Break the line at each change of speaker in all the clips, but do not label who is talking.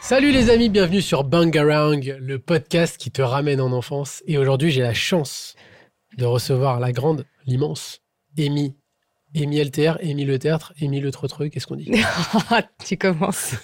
Salut les amis, bienvenue sur Bangarang, le podcast qui te ramène en enfance. Et aujourd'hui, j'ai la chance de recevoir la grande, l'immense Amy. Amy LTR, Amy le théâtre, Amy le trotru, qu'est-ce qu'on dit
Ah, tu commences.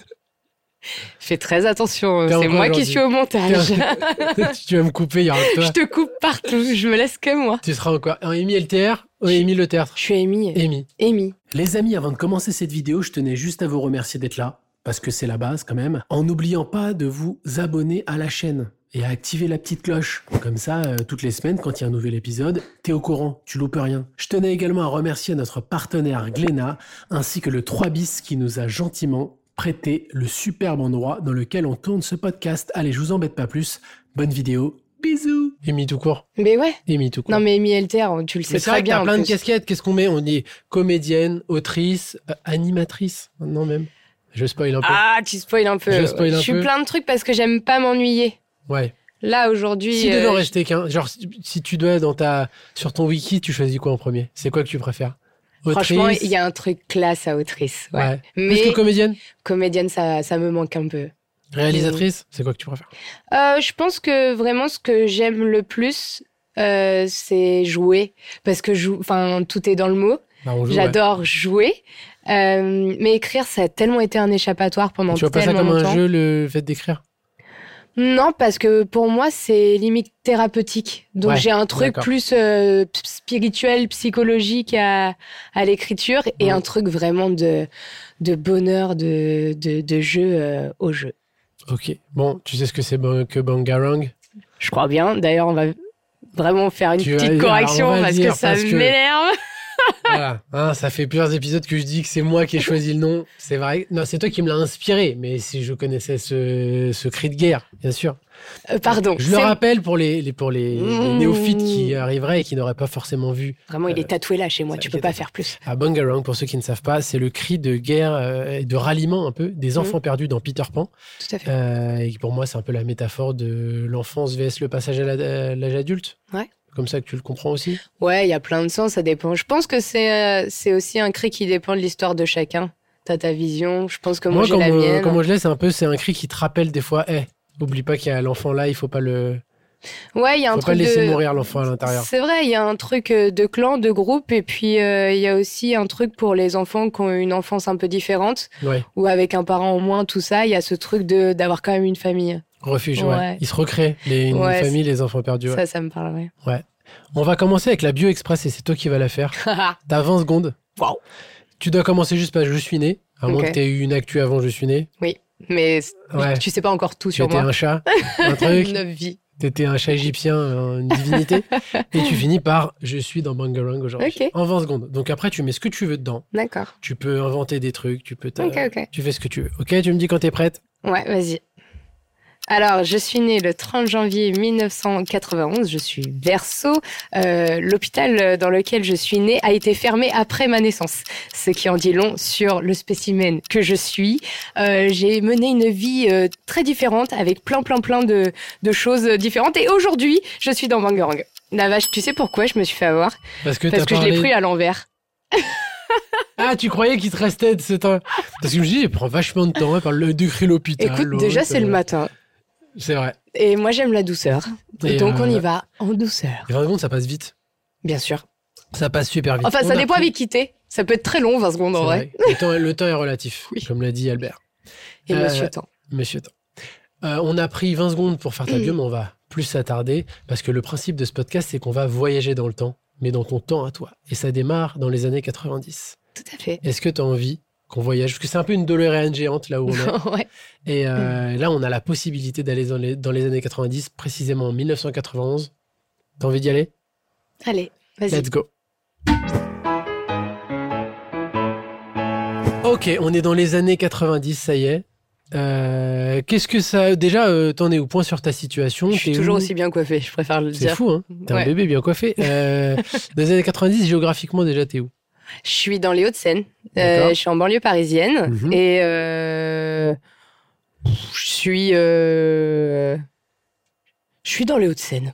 Fais très attention, euh,
T'es en
c'est
vrai
moi
aujourd'hui.
qui suis au montage.
Tu vas me couper, il y aura que
Ah,
toi.
Je te coupe partout, je me laisse que moi.
Tu seras en quoi En Amy LTR ou Amy le théâtre
Je suis Amy.
Amy.
Amy.
Les amis, avant de commencer cette vidéo, je tenais juste à vous remercier d'être là, parce que c'est la base quand même, en n'oubliant pas de vous abonner à la chaîne et à activer la petite cloche. Comme ça, euh, toutes les semaines, quand il y a un nouvel épisode, t'es au courant, tu loupes rien. Je tenais également à remercier notre partenaire Glénat, ainsi que le 3 bis qui nous a gentiment prêté le superbe endroit dans lequel on tourne ce podcast. Allez, je vous embête pas plus, bonne vidéo, bisous Émi tout court,
Mais ouais.
Émi tout court.
Non mais Amy Elter, tu le sais
Mais c'est
très
vrai que
bien.
t'as
en
plein de
plus.
casquettes. Qu'est-ce qu'on met On dit comédienne, autrice, euh, animatrice. Non, même. Je spoil un peu.
Ah, tu spoil un peu.
Je spoil un
suis
peu.
plein de trucs parce que j'aime pas m'ennuyer.
Ouais.
Là aujourd'hui,
S'il devait
euh,
en rester qu'un, genre, si- si tu dois dans ta, sur ton wiki, tu choisis quoi en premier C'est quoi que tu préfères Autrice
franchement, il y a un truc classe à autrice. Ouais.
ouais. Plus
Mais
que comédienne
comédienne, ça, ça me manque un peu. Mm.
Réalisatrice C'est quoi que tu préfères
Euh, je pense que vraiment ce que j'aime le plus, euh, c'est jouer. Parce que jou- enfin, tout est dans le mot.
Bah, on joue, ouais.
J'adore jouer. Euh, mais écrire, ça a tellement été un échappatoire pendant
Tu vois pas ça
tellement
comme
longtemps.
un jeu, le fait d'écrire
Non, parce que pour moi, c'est limite thérapeutique. Donc
Ouais,
j'ai un truc
d'accord.
plus euh, p- spirituel, psychologique à, à l'écriture et
Mhm.
un truc vraiment de, de bonheur, de, de, de jeu euh, au jeu.
Ok. Bon, tu sais ce que c'est ban- que Bangarang
Je crois bien. D'ailleurs, on va vraiment faire une
Tu vas-
petite
alors,
correction
on va
parce
dire,
que ça
parce que-
m'énerve.
Voilà. Hein, ça fait plusieurs épisodes que je dis que c'est moi qui ai choisi le nom. C'est vrai. Non, c'est toi qui me l'as inspiré. Mais si je connaissais ce, ce cri de guerre, bien sûr.
Euh, Pardon.
Je le
C'est-
rappelle pour les, les- pour les, les
Mmh.
néophytes qui arriveraient et qui n'auraient pas forcément vu.
Vraiment, il
Euh,
est tatoué là chez moi.
ça
Tu
a
peux
été
pas
tatoué.
faire plus.
À Bangarang, pour ceux qui ne savent pas, c'est le cri de guerre euh, et de ralliement un peu
Mmh.
des enfants perdus dans Peter Pan.
Tout à fait.
Euh, et pour moi, c'est un peu la métaphore de l'enfance vs le passage à la- à l'âge adulte.
Ouais.
Comme ça que tu le comprends aussi.
Ouais, il y a plein de sens, ça dépend. Je pense que c'est euh, c'est aussi un cri qui dépend de l'histoire de chacun. T'as ta vision, je pense que moi, j'ai
comme,
la
euh,
mienne.
comme moi, je l'ai, c'est un peu, c'est un cri qui te rappelle des fois, Eh, oublie pas qu'il y a l'enfant là, il faut pas le,
Ouais, il y a un
faut pas
truc
le laisser
de...
mourir l'enfant à l'intérieur.
C'est vrai, il y a un truc euh, de clan, de groupe, et puis euh, il y a aussi un truc pour les enfants qui ont une enfance un peu différente,
Ouais.
ou avec un parent en moins, tout ça, il y a ce truc de d'avoir quand même une famille.
Refuge, ouais.
Ouais.
Il se recrée, les, une
Ouais,
famille, les enfants perdus. ouais.
Ça, ça me parle, ouais.
On va commencer avec la Bio Express et c'est toi qui vas la faire. T'as 20 secondes.
Waouh.
Tu dois commencer juste par je suis né. À moins
Ok.
que t'aies eu une actu avant je suis né.
Mais c-
Ouais.
tu sais pas encore tout
Tu
sur
étais
moi.
un chat, un truc.
Neuf vies.
T'étais un chat égyptien, une divinité. et tu finis par je suis dans Bangarang aujourd'hui.
Ok.
En 20 secondes. Donc après, tu mets ce que tu veux dedans.
D'accord.
Tu peux inventer des trucs, tu peux. t'a-
Ok, ok.
Tu fais ce que tu veux. Ok, tu me dis quand t'es prête.
Ouais, vas-y. Alors, je suis née le 30 janvier 1991, je suis verso. L'hôpital dans lequel je suis née a été fermé après ma naissance, ce qui en dit long sur le spécimen que je suis. Euh, J'ai mené une vie euh, très différente avec plein, plein, plein de, de choses différentes. Et aujourd'hui, je suis dans Bangarang. La vache, tu sais pourquoi je me suis fait avoir
Parce que
Parce
t'as
que je
parlé-
l'ai pris hein. à l'envers.
Ah, tu croyais qu'il te restait de ce temps. Parce que je me dis, il prend vachement de temps hein, par le décret l'hôpital.
Écoute,
l'autre,
déjà, c'est le
euh,
matin.
C'est vrai.
Et moi, j'aime la douceur.
Et,
Donc, on
euh,
y va en douceur,
les 20 secondes, ça passe vite.
bien sûr.
Ça passe super vite.
Enfin,
On
ça
a
dépend
pris-
avec qui t'es. Ça peut être très long, 20 secondes en
C'est
vrai.
vrai. Le, temps, le temps est relatif,
Oui.
comme l'a dit Albert.
Et
Euh,
monsieur temps.
Monsieur Temps. Euh, on a pris 20 secondes pour faire ta
Mm.
bio, mais on va plus s'attarder parce que le principe de ce podcast, c'est qu'on va voyager dans le temps, mais dans ton temps à toi. Et ça démarre dans les années 90.
Tout à fait.
Est-ce que tu as envie qu'on voyage Parce que c'est un peu une DeLorean géante là où on est.
ouais.
Et
Hmm.
euh, là, on a la possibilité d'aller dans les, dans les années 90, précisément en 1991. T'as envie d'y aller
Allez, vas-y.
Let's go. Ok, on est dans les années 90, ça y est. Euh, Qu'est-ce que ça. Déjà, euh, t'en es au point sur ta situation
Je suis
t'es
toujours
où
aussi bien coiffée, je préfère le
C'est
dire.
fou, hein T'es un
Ouais.
bébé bien coiffé. Euh, dans les années 90, géographiquement, déjà, t'es où
Je suis dans les Hauts-de-Seine. Euh,
D'accord.
je suis en banlieue parisienne.
Mhm.
Et euh, je suis. euh, Je suis dans les Hauts-de-Seine.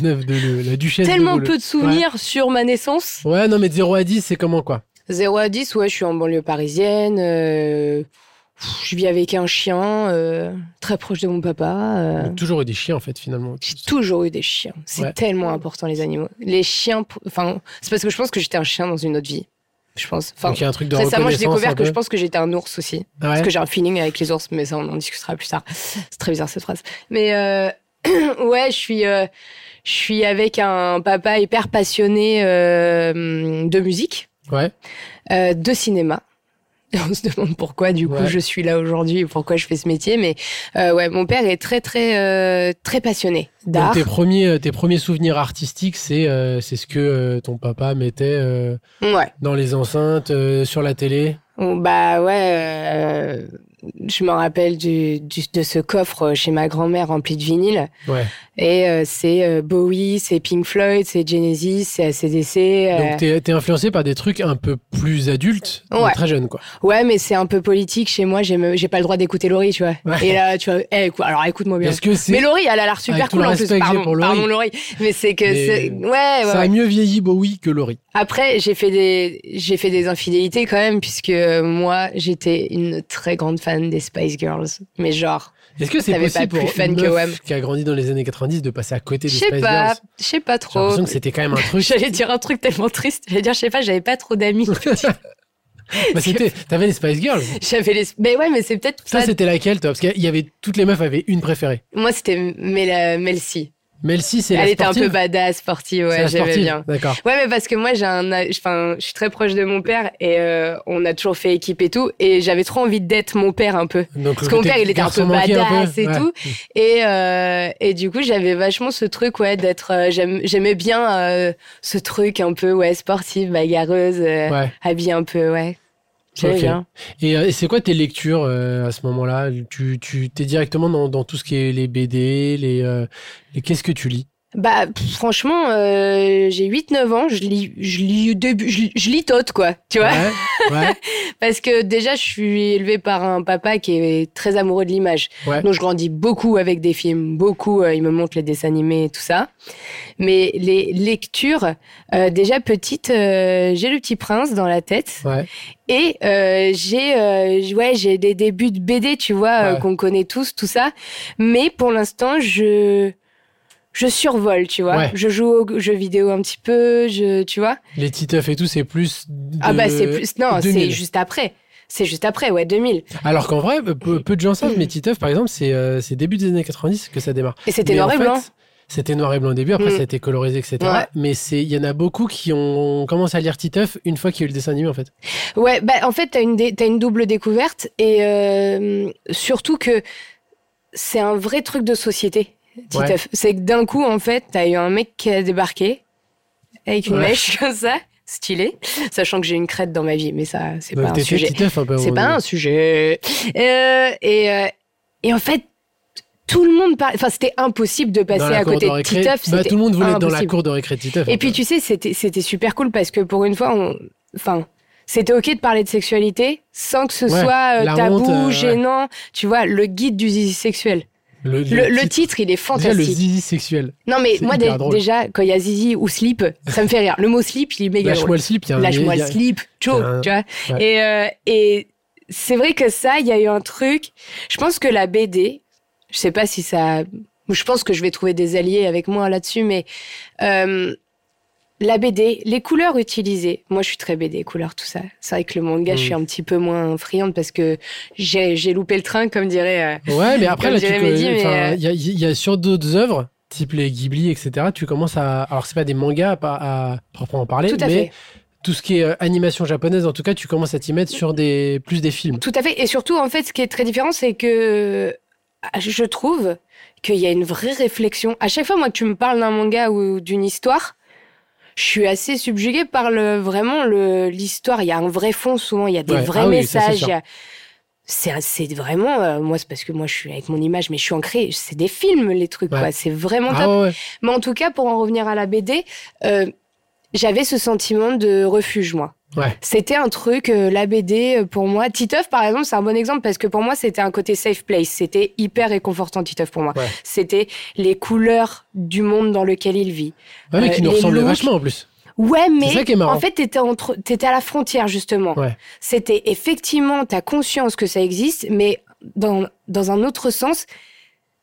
Neuf de le- la duchesse. de
Tellement
Gaulle.
peu de souvenirs sur ma naissance.
Ouais, non, mais de 0 à 10, c'est comment, quoi
0 à 10, ouais, je suis en banlieue parisienne. euh, je vis avec un chien euh, très proche de mon papa. euh,
J'ai toujours eu des chiens, en fait, finalement.
j'ai toujours eu des chiens. C'est
Ouais.
tellement important, les animaux. Les chiens. pour- Enfin, c'est parce que je pense que j'étais un chien dans une autre vie. Je pense. Enfin,
Donc, il y a un truc de
récemment, j'ai
reconnaissance
découvert
un
que je
peu.
pense que j'étais un ours aussi.
Ah ouais
Parce que j'ai un feeling avec les ours, mais ça, on en discutera plus tard. C'est très bizarre cette phrase. Mais euh, ouais, je suis, euh, je suis avec un papa hyper passionné euh, de musique,
Ouais.
euh, de cinéma. Et on se demande pourquoi, du coup,
Ouais.
je suis là aujourd'hui et pourquoi je fais ce métier. Mais euh, ouais, mon père est très, très, euh, très passionné
Donc,
d'art.
tes premiers, euh, tes premiers souvenirs artistiques, c'est euh, c'est ce que euh, ton papa mettait euh,
Ouais.
dans les enceintes, euh, sur la télé.
Bon, bah ouais, euh, je me rappelle du, du- de ce coffre euh, chez ma grand-mère rempli de vinyle.
Ouais.
Et euh, c'est euh, Bowie, c'est Pink Floyd, c'est Genesis, c'est ACDC. euh,
Donc, t'es t'es influencé par des trucs un peu plus adultes, mais
Ouais.
très jeunes, quoi.
Ouais, mais c'est un peu politique chez moi, j'ai me- j'ai pas le droit d'écouter Laurie, tu vois.
Ouais.
Et là, tu vois, eh, écou- alors écoute-moi bien.
Est-ce que c'est
Mais Laurie, elle a l'air super
Avec tout
cool
le
en plus.
respect que j'ai
Pardon,
pour Laurie.
pardon Laurie. Mais c'est que.
Mais
c'est- Ouais, ouais,
ça
ouais.
a mieux vieilli Bowie que Laurie
Après, j'ai fait des j'ai fait des infidélités quand même puisque euh, moi j'étais une très grande fan des Spice Girls, mais genre
Est-ce que c'est
T'avais pas
possible pour
plus fan
une
que
meuf
Wham.
qui a grandi dans les années 90 de passer à côté
je
des
sais
Spice
pas,
Girls
je sais pas
J'ai
trop.
l'impression que c'était quand même un truc.
J'allais dire un truc tellement triste, j'allais dire je sais pas, j'avais pas trop d'amis.
Bah, c'était, t'avais les Spice Girls.
J'avais les mais ouais, mais c'est peut-être
Ça,
pas-
c'était laquelle, toi Parce qu'il y avait toutes les meufs avaient une préférée.
Moi, c'était Mel, Mel C.
Mel C, c'est
Elle
la
était un
sportive.
peu badass, sportive,
C'est la
ouais, j'aimais
sportive.
bien.
D'accord.
Ouais, mais parce que moi, j'ai un, âge- enfin, je suis très proche de mon père et euh, on a toujours fait équipe et tout, et j'avais trop envie d'être mon père un peu.
Donc,
Parce
le
que mon
côté
père, il était un peu
garçon manqué, un peu.
badass et
Ouais.
tout. Et, euh, et du coup, j'avais vachement ce truc, ouais, d'être. euh, j'aime- J'aimais bien euh, ce truc un peu, ouais, sportive, bagarreuse, euh,
Ouais.
habillée un peu, ouais. J'aimais
Ok.
bien.
Et, euh, et c'est quoi tes lectures euh, à ce moment-là Tu, tu t'es directement dans, dans tout ce qui est les BD, les, euh, les- qu'est-ce que tu lis
Bah, pff, franchement, euh, j'ai 8-9 ans, je lis, je lis, début, je lis, je lis tote, quoi, tu vois.
Ouais. ouais.
Parce que déjà, je suis élevée par un papa qui est très amoureux de l'image.
Ouais.
Donc, je grandis beaucoup avec des films, beaucoup. euh, il me montre les dessins animés et tout ça. Mais les lectures, euh, déjà petite, euh, j'ai Le Petit Prince dans la tête.
Ouais.
Et euh, j'ai euh, j- ouais, j'ai des débuts de BD, tu vois, euh,
Ouais.
qu'on connaît tous, tout ça. Mais pour l'instant, je... Je survole, tu vois.
Ouais.
Je joue aux jeux vidéo un petit peu, je, tu vois.
Les Titeuf et tout, c'est plus. de-
Ah bah c'est plus non, c'est
2000.
juste après. C'est juste après, ouais, 2000.
Alors qu'en vrai, peu, peu de gens savent, mais Titeuf, par exemple, c'est, euh, c'est début des années 90 que ça démarre.
Et hein. c'était
Mais
noir
en
et
fait,
blanc.
C'était noir et blanc au début, après
Mm.
ça a été colorisé, etc.
Ouais.
Mais c'est, il y en a beaucoup qui ont commencé à lire Titeuf une fois qu'il y a eu le dessin animé en fait.
Ouais, bah en fait, t'as une dé- t'as une double découverte et euh, surtout que c'est un vrai truc de société.
Ouais.
Titeuf. C'est que d'un coup, en fait, t'as eu un mec qui a débarqué avec une
Ouais.
mèche comme ça, stylé, sachant que j'ai une crête dans ma vie, mais ça, c'est pas
Donc
Eh ben, un
t'étais
sujet.
Titeuf un peu. à un
C'est
moment
pas
donné.
un sujet. Euh, et, euh, et en fait, tout le monde parlait. Enfin, c'était impossible de
Dans
passer
la
à
cour
côté
de
de
récré,
Titeuf.
bah,
c'était
tout le monde voulait être dans la
impossible.
cour de récré de Titeuf.
Et
un
puis
peu.
tu sais, c'était c'était super cool parce que pour une fois, on, enfin, c'était ok de parler de sexualité sans que ce
Ouais,
soit euh,
la
tabou,
honte, euh, ouais.
gênant. Tu vois, le guide du zizi sexuel.
le,
Le, le
titre-
titre, il est
Déjà le
fantastique.
zizi sexuel.
Non mais
c'est
moi
hyper
dé-
drôle.
déjà, quand il y a zizi ou slip, ça me fait rire. Le mot slip, il est méga drôle.
Lâche-moi le slip. il y a un-
Lâche-moi
il y a-
le slip, tcho,
un-
tu vois.
ouais.
Et, euh, et c'est vrai que ça, il y a eu un truc. Je pense que la BD, je sais pas si ça. Je pense que je vais trouver des alliés avec moi là-dessus, mais euh, la BD, les couleurs utilisées. Moi, je suis très BD, couleurs, tout ça. C'est vrai que le manga,
Mm.
je suis un petit peu moins friande parce que j'ai j'ai loupé le train, comme dirait. euh,
Ouais, mais après
Comme
là, tu
j'avais
connais-
dit, mais,
enfin,
euh,
il y a- il y a sur d'autres œuvres, type les Ghibli, etc. Tu commences à, alors c'est pas des mangas à, à proprement parler,
tout à
mais
fait.
tout ce qui est euh, animation japonaise, en tout cas, tu commences à t'y mettre sur des plus des films.
Tout à fait. Et surtout, en fait, ce qui est très différent, c'est que ah, je trouve qu'il y a une vraie réflexion. À chaque fois, moi, que tu me parles d'un manga ou d'une histoire, je suis assez subjuguée par le, vraiment le, l'histoire. Il y a un vrai fond, souvent. Il y a des
Ouais.
vrais
Ah oui, ça, c'est
messages.
sûr.
il y a- c'est, un- c'est vraiment, euh, moi, c'est parce que moi, je suis avec mon image, mais je suis ancrée. C'est des films, les trucs,
Ouais.
quoi. C'est vraiment top.
Ah ouais, ouais.
Mais en tout cas, pour en revenir à la BD, euh, j'avais ce sentiment de refuge, moi.
Ouais.
C'était un truc, euh, la BD, euh, pour moi. Titeuf, par exemple, c'est un bon exemple parce que pour moi, c'était un côté safe place. C'était hyper réconfortant, Titeuf, pour moi.
Ouais.
C'était les couleurs du monde dans lequel il vit.
Ouais, mais
Euh,
qui nous
les
ressemble
looks.
vachement en plus.
Ouais, mais
ça qui est marrant.
en fait, t'étais entre, t'étais à la frontière justement.
Ouais.
C'était effectivement ta conscience que ça existe, mais dans dans un autre sens,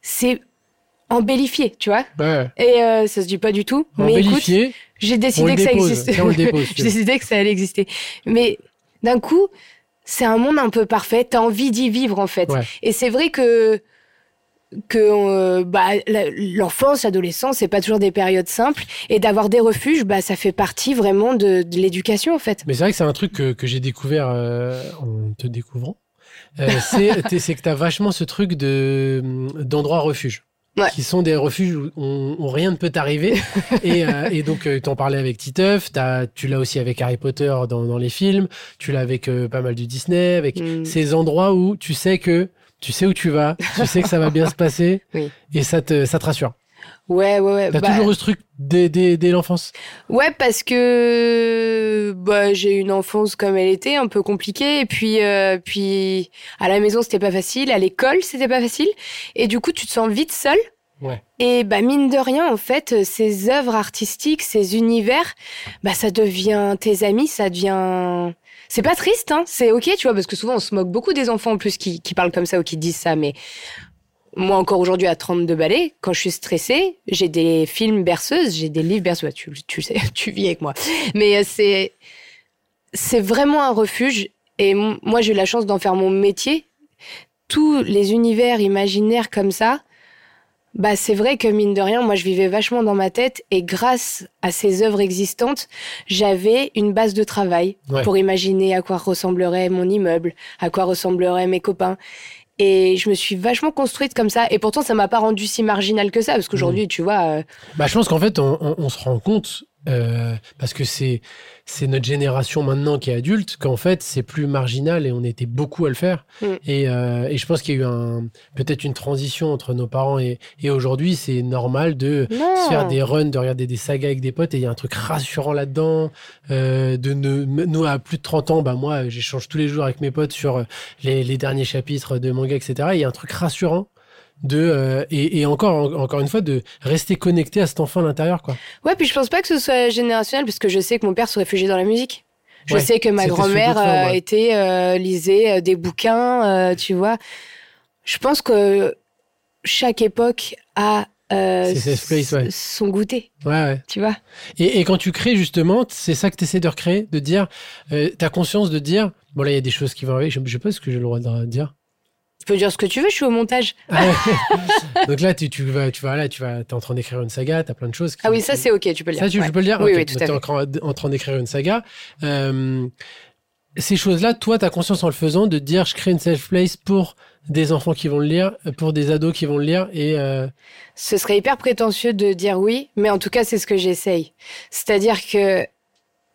c'est embellifié, tu vois.
Ouais.
Et euh, ça se dit pas du tout.
On
mais écoute,
vérifier,
j'ai
on
décidé
le
que ça
dépose.
existe.
Tiens, on le dépose. tu
J'ai
vois.
décidé que ça allait exister. Mais d'un coup, c'est un monde un peu parfait. T'as envie d'y vivre en fait.
Ouais.
Et c'est vrai que que euh, bah, la- l'enfance, l'adolescence, c'est pas toujours des périodes simples. Et d'avoir des refuges, bah, ça fait partie vraiment de, de l'éducation en fait.
Mais c'est vrai que c'est un truc que, que j'ai découvert euh, en te découvrant. Euh, c'est t'es- c'est que tu as vachement ce truc de euh, d'endroits refuges.
Ouais.
Qui sont des refuges où, on- où rien ne peut t'arriver. et, euh, et donc, tu t'en parlais avec Titeuf, t'as- tu l'as aussi avec Harry Potter dans, dans les films, tu l'as avec euh, pas mal du Disney, avec
Mm.
ces endroits où tu sais que tu sais où tu vas, tu sais que ça va bien se passer,
Oui.
et ça te, ça te rassure.
Ouais, ouais, ouais.
T'as
Bah,
toujours eu ce truc dès, dès, dès l'enfance.
Ouais, parce que bah, j'ai eu une enfance comme elle était, un peu compliquée. Et puis, euh, puis à la maison, c'était pas facile. À l'école, c'était pas facile. Et du coup, tu te sens vite seule.
Ouais.
Et bah, mine de rien, en fait, ces œuvres artistiques, ces univers, bah, ça devient tes amis, ça devient. C'est pas triste, hein, c'est ok, tu vois, parce que souvent on se moque beaucoup des enfants en plus qui, qui parlent comme ça ou qui disent ça, mais moi encore aujourd'hui à 32 balais, quand je suis stressée, j'ai des films berceuses, j'ai des livres berceuses, Ouais, tu, tu sais, tu vis avec moi. Mais euh, c'est, c'est vraiment un refuge et m- moi j'ai eu la chance d'en faire mon métier. Tous les univers imaginaires comme ça, bah c'est vrai que mine de rien, moi je vivais vachement dans ma tête et grâce à ces œuvres existantes, j'avais une base de travail
Ouais.
pour imaginer à quoi ressemblerait mon immeuble, à quoi ressembleraient mes copains. Et je me suis vachement construite comme ça. Et pourtant, ça m'a pas rendue si marginale que ça, parce
Mmh.
qu'aujourd'hui, tu vois, euh,
Bah, je pense qu'en fait, on, on- on se rend compte, euh, parce que c'est c'est notre génération maintenant qui est adulte, qu'en fait, c'est plus marginal et on était beaucoup à le faire.
Mm.
Et, euh, et je pense qu'il y a eu un- peut-être une transition entre nos parents et, et aujourd'hui, c'est normal de se
Non.
faire des runs, de regarder des sagas avec des potes et il y a un truc rassurant là-dedans. euh, de ne, m- nous, à plus de 30 ans, bah, moi, j'échange tous les jours avec mes potes sur euh, les, les derniers chapitres de manga, etc. Et il y a un truc rassurant. De, euh, et, et encore, en- encore une fois, de rester connecté à cet enfant à l'intérieur. quoi.
Ouais, puis je pense pas que ce soit générationnel, parce que je sais que mon père se réfugiait dans la musique. Je
Ouais,
sais que ma
c'était sur
grand-mère
d'autres
euh,
formes, ouais.
était euh, lisait euh, des bouquins, euh, tu vois. Je pense que chaque époque a euh,
C'est safe place, ouais.
son goûter,
Ouais, ouais.
tu vois.
Et, et quand tu crées, justement, c'est ça que tu essaies de recréer, de dire, euh, ta conscience de dire, bon là, il y a des choses qui vont arriver, je, je sais pas ce que j'ai le droit de dire.
Tu peux dire ce que tu veux, je suis au montage.
Ah ouais. Donc là, tu, tu vas, tu vas là, tu vas, t'es en train d'écrire une saga, t'as plein de choses. qui-
Ah oui, ça c'est ok, tu peux le dire.
Ça, tu,
ouais.
tu peux le dire
Oui,
Ok,
oui, tout
donc
à
t'es
fait.
en train d- en train d'écrire une saga. Euh, ces choses-là, toi, tu as conscience en le faisant de dire je crée une safe place pour des enfants qui vont le lire, pour des ados qui vont le lire. Et euh,
Ce serait hyper prétentieux de dire oui, mais en tout cas, c'est ce que j'essaye. C'est-à-dire que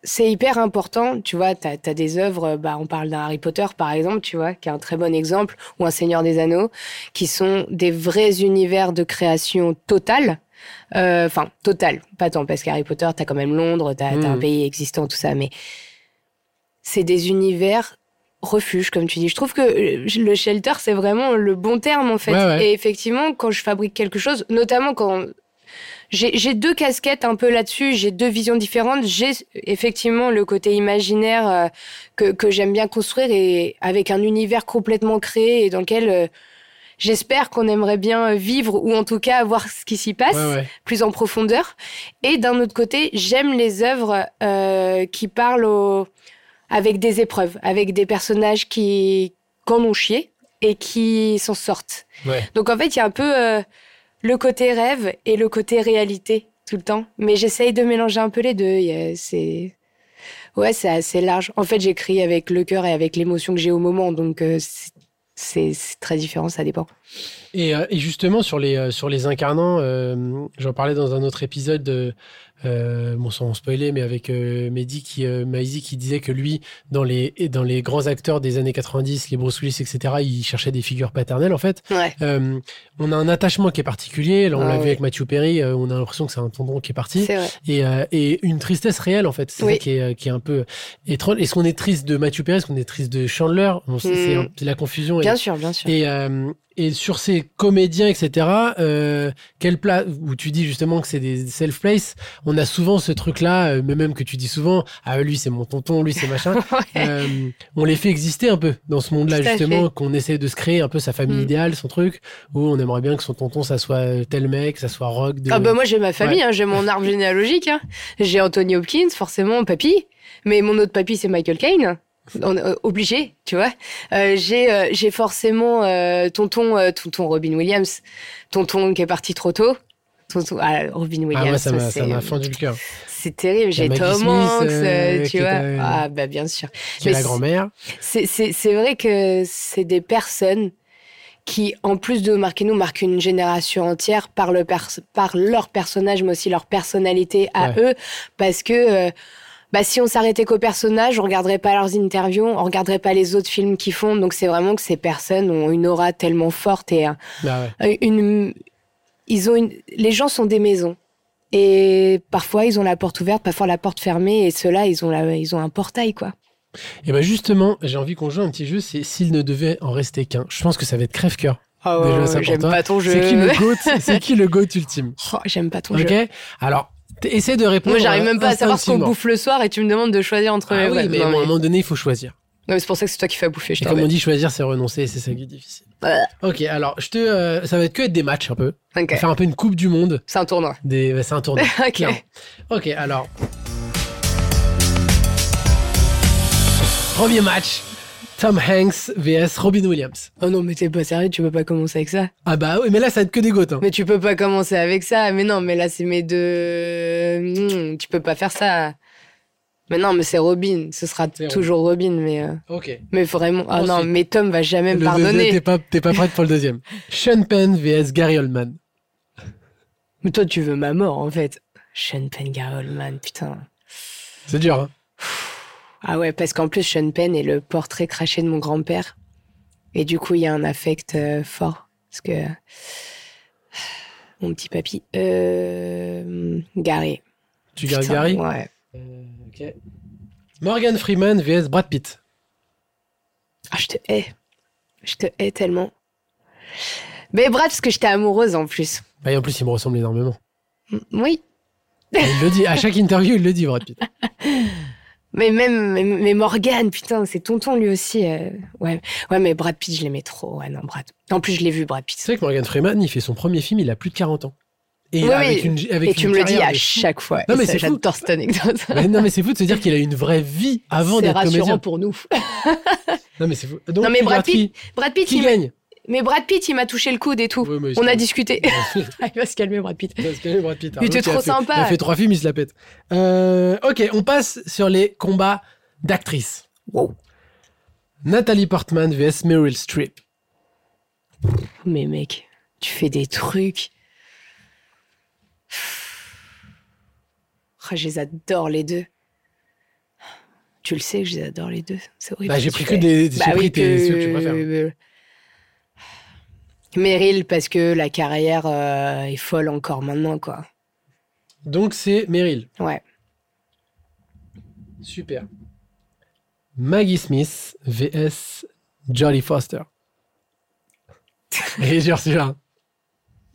c'est hyper important, tu vois, t'as as des œuvres, bah, on parle d'un Harry Potter, par exemple, tu vois, qui est un très bon exemple, ou un Seigneur des Anneaux, qui sont des vrais univers de création totale. Euh, Enfin, totale, pas tant, parce qu'Harry Potter, t'as quand même Londres, t'as
Mhm.
t'as un pays existant, tout ça, mais c'est des univers refuge, comme tu dis. Je trouve que euh, le shelter, c'est vraiment le bon terme, en fait.
Ouais, ouais.
Et effectivement, quand je fabrique quelque chose, notamment quand... J'ai j'ai deux casquettes un peu là-dessus, j'ai deux visions différentes. J'ai effectivement le côté imaginaire euh, que, que j'aime bien construire et avec un univers complètement créé et dans lequel euh, j'espère qu'on aimerait bien vivre ou en tout cas voir ce qui s'y passe
ouais, ouais.
plus en profondeur. Et d'un autre côté, j'aime les œuvres euh, qui parlent au- avec des épreuves, avec des personnages qui qu'en ont chié et qui s'en sortent.
Ouais.
Donc en fait, il y a un peu euh, le côté rêve et le côté réalité tout le temps. Mais j'essaye de mélanger un peu les deux. Il y a- C'est ouais, c'est assez large. En fait, j'écris avec le cœur et avec l'émotion que j'ai au moment, donc euh, c'est- c'est c'est très différent, ça dépend.
Et, euh, et justement, sur les, euh, sur les incarnants, euh, j'en parlais dans un autre épisode, euh, euh, bon, sans spoiler, mais avec euh, Mehdi qui, euh, Maizi qui disait que lui, dans les, et dans les grands acteurs des années 90, les Bruce Willis, etc., il cherchait des figures paternelles, en fait.
Ouais.
Euh, on a un attachement qui est particulier. Là, on
Ah
l'a vu
oui.
avec Matthew Perry, euh, on a l'impression que c'est un tendon qui est parti.
C'est vrai.
Et, euh, et une tristesse réelle, en fait. C'est
Oui.
ça qui est, euh, qui est un peu étrange. Est-ce qu'on est triste de Matthew Perry Est-ce qu'on est triste de Chandler On- c'est-
Hmm.
c'est un- La confusion est,
Bien sûr, bien sûr.
et, euh, Et sur ces comédiens, etc., euh, quel plat, où tu dis justement que c'est des self-place, on a souvent ce truc-là, euh, mais même que tu dis souvent, ah lui c'est mon tonton, lui c'est machin,
Ouais.
Euh, on les fait exister un peu dans ce monde-là,
Tout à
justement, qu'on essaie de se créer un peu sa famille
Mm.
idéale, son truc, où on aimerait bien que son tonton, ça soit euh, tel mec, ça soit rock. De...
Ah bah moi j'ai ma famille, hein, j'ai mon arbre généalogique, hein. j'ai Anthony Hopkins, forcément papy, mais mon autre papy c'est Michael Caine. On est euh, obligé, tu vois. Euh, j'ai euh, j'ai forcément euh, tonton euh, tonton Robin Williams, tonton qui est parti trop tôt. Tonton, ah, Robin
Ah, moi,
Williams,
ça m'a-
c'est-
ça m'a fendu le cœur.
c'est terrible. J'ai
Maggie
Tom
Smith,
Hanks, euh,
euh, qui
tu
est
vois.
un-
Ah bah bien sûr.
Qui est
Mais
la
c'est-
grand-mère.
C'est- C'est c'est vrai que c'est des personnes qui, en plus de marquer nous, marquent une génération entière par, le pers- par leur personnage, mais aussi leur personnalité à eux, parce que... euh, bah, si on s'arrêtait qu'aux personnages, on regarderait pas leurs interviews, on regarderait pas les autres films qu'ils font. Donc c'est vraiment que ces personnes ont une aura tellement forte et un-
Bah ouais.
une, ils ont une, les gens sont des maisons. Et parfois, ils ont la porte ouverte, parfois la porte fermée. Et ceux-là, ils ont, la, ils ont un portail, quoi.
Et bah justement, j'ai envie qu'on joue un petit jeu, c'est s'il ne devait en rester qu'un. Je pense que ça va être crève-cœur.
Ah
Déjà, ça pour
j'aime
toi.
pas ton jeu.
C'est qui le GOAT C'est qui le GOAT ultime
Oh, j'aime pas ton
Ok
jeu.
Alors, t- essaie de répondre. euh,
Moi, j'arrive même pas à savoir ce qu'on
instinctivement.
bouffe le soir et tu me demandes de choisir entre.
Ah oui,
Ouais,
mais bon,
non,
à un
mais-
moment donné, il faut choisir.
non, mais c'est pour ça que c'est toi qui fais à bouffer. Je
Et comme on
t'embête.
dit, choisir, c'est renoncer, et c'est ça qui est difficile.
Ouais.
Ok, alors, je te, euh, ça va être que être des matchs un peu.
Ok.
On va faire un peu une coupe du monde.
C'est un tournoi.
Des... bah, c'est un tournoi.
Ok.
clairement. Ok, alors. Premier match. Tom Hanks vs Robin Williams.
Oh non, mais t'es pas sérieux, tu peux pas commencer avec ça.
Ah bah oui, mais là, ça va être que des goths. hein.
Mais tu peux pas commencer avec ça. Mais non, mais là, c'est mes deux. Hmm, tu peux pas faire ça. Mais non, mais c'est Robin. Ce sera
C'est Robin.
toujours Robin, mais. euh,
Ok.
Mais vraiment, ah non,
Ensuite,
mais Tom va jamais me
Le deuxième, T'es
pardonner.
pas, t'es pas prête pour le deuxième. Sean Penn vs Gary Oldman.
Mais toi, tu veux ma mort en fait. Sean Penn, Gary Oldman, putain.
C'est dur, hein.
Ah ouais, parce qu'en plus, Sean Penn est le portrait craché de mon grand-père. Et du coup, il y a un affect euh, fort. Parce que. Mon petit papy. Euh... Gary.
Tu gardes
Putain,
Gary
Ouais.
Ok. Morgan Freeman vs Brad Pitt.
Ah, je te hais. Je te hais tellement. Mais bref, parce que j'étais amoureuse en plus.
Bah, et en plus, il me ressemble énormément.
M- Oui.
Il le dit, à chaque interview, il le dit, Brad Pitt.
Mais même, mais- mais Morgan, putain, c'est tonton lui aussi. euh, ouais, ouais, mais Brad Pitt, je l'aimais trop. Ouais, non, Brad. En plus, je l'ai vu, Brad Pitt.
C'est vrai que Morgan Freeman, il fait son premier film, il a plus de 40 ans. Et
Oui,
avec
oui.
une, avec
Et tu
une
me le dis
carrière
à
de fou.
chaque fois.
Non,
Et
mais
ça,
c'est fou.
J'adore cette anecdote.
Mais non, mais c'est fou de se dire qu'il a eu une vraie vie avant
C'est
d'être comédien.
rassurant pour nous.
Non, mais c'est fou. Donc,
Non, mais
tu
Brad
regardes qui-
Brad Pitt,
Qui
il m'a-
gagne
mais Brad Pitt, il m'a touché le coude et tout.
Ouais, mais
On a
c'est-
discuté. il va se calmer, Brad Pitt.
Parce que Brad Pitt, hein.
Il était
Donc, a
trop
fait-
sympa.
Il a fait trois films, il se la pète. Euh, ok, on passe sur les combats d'actrices.
Wow.
Nathalie Portman vs Meryl Streep.
Mais mec, tu fais des trucs. Ah, je les adore les deux. Tu le sais que je les adore les deux. C'est horrible.
Bah,
ce
j'ai
tu
pris que
fais.
des, j'ai
Bah
pris
oui,
tes-
que- euh,
ceux que tu préfères.
Meryl, parce que la carrière euh, est folle encore maintenant, quoi.
Donc c'est Meryl.
Ouais.
Super. Maggie Smith vs Jolly Foster. Et genre celui-là.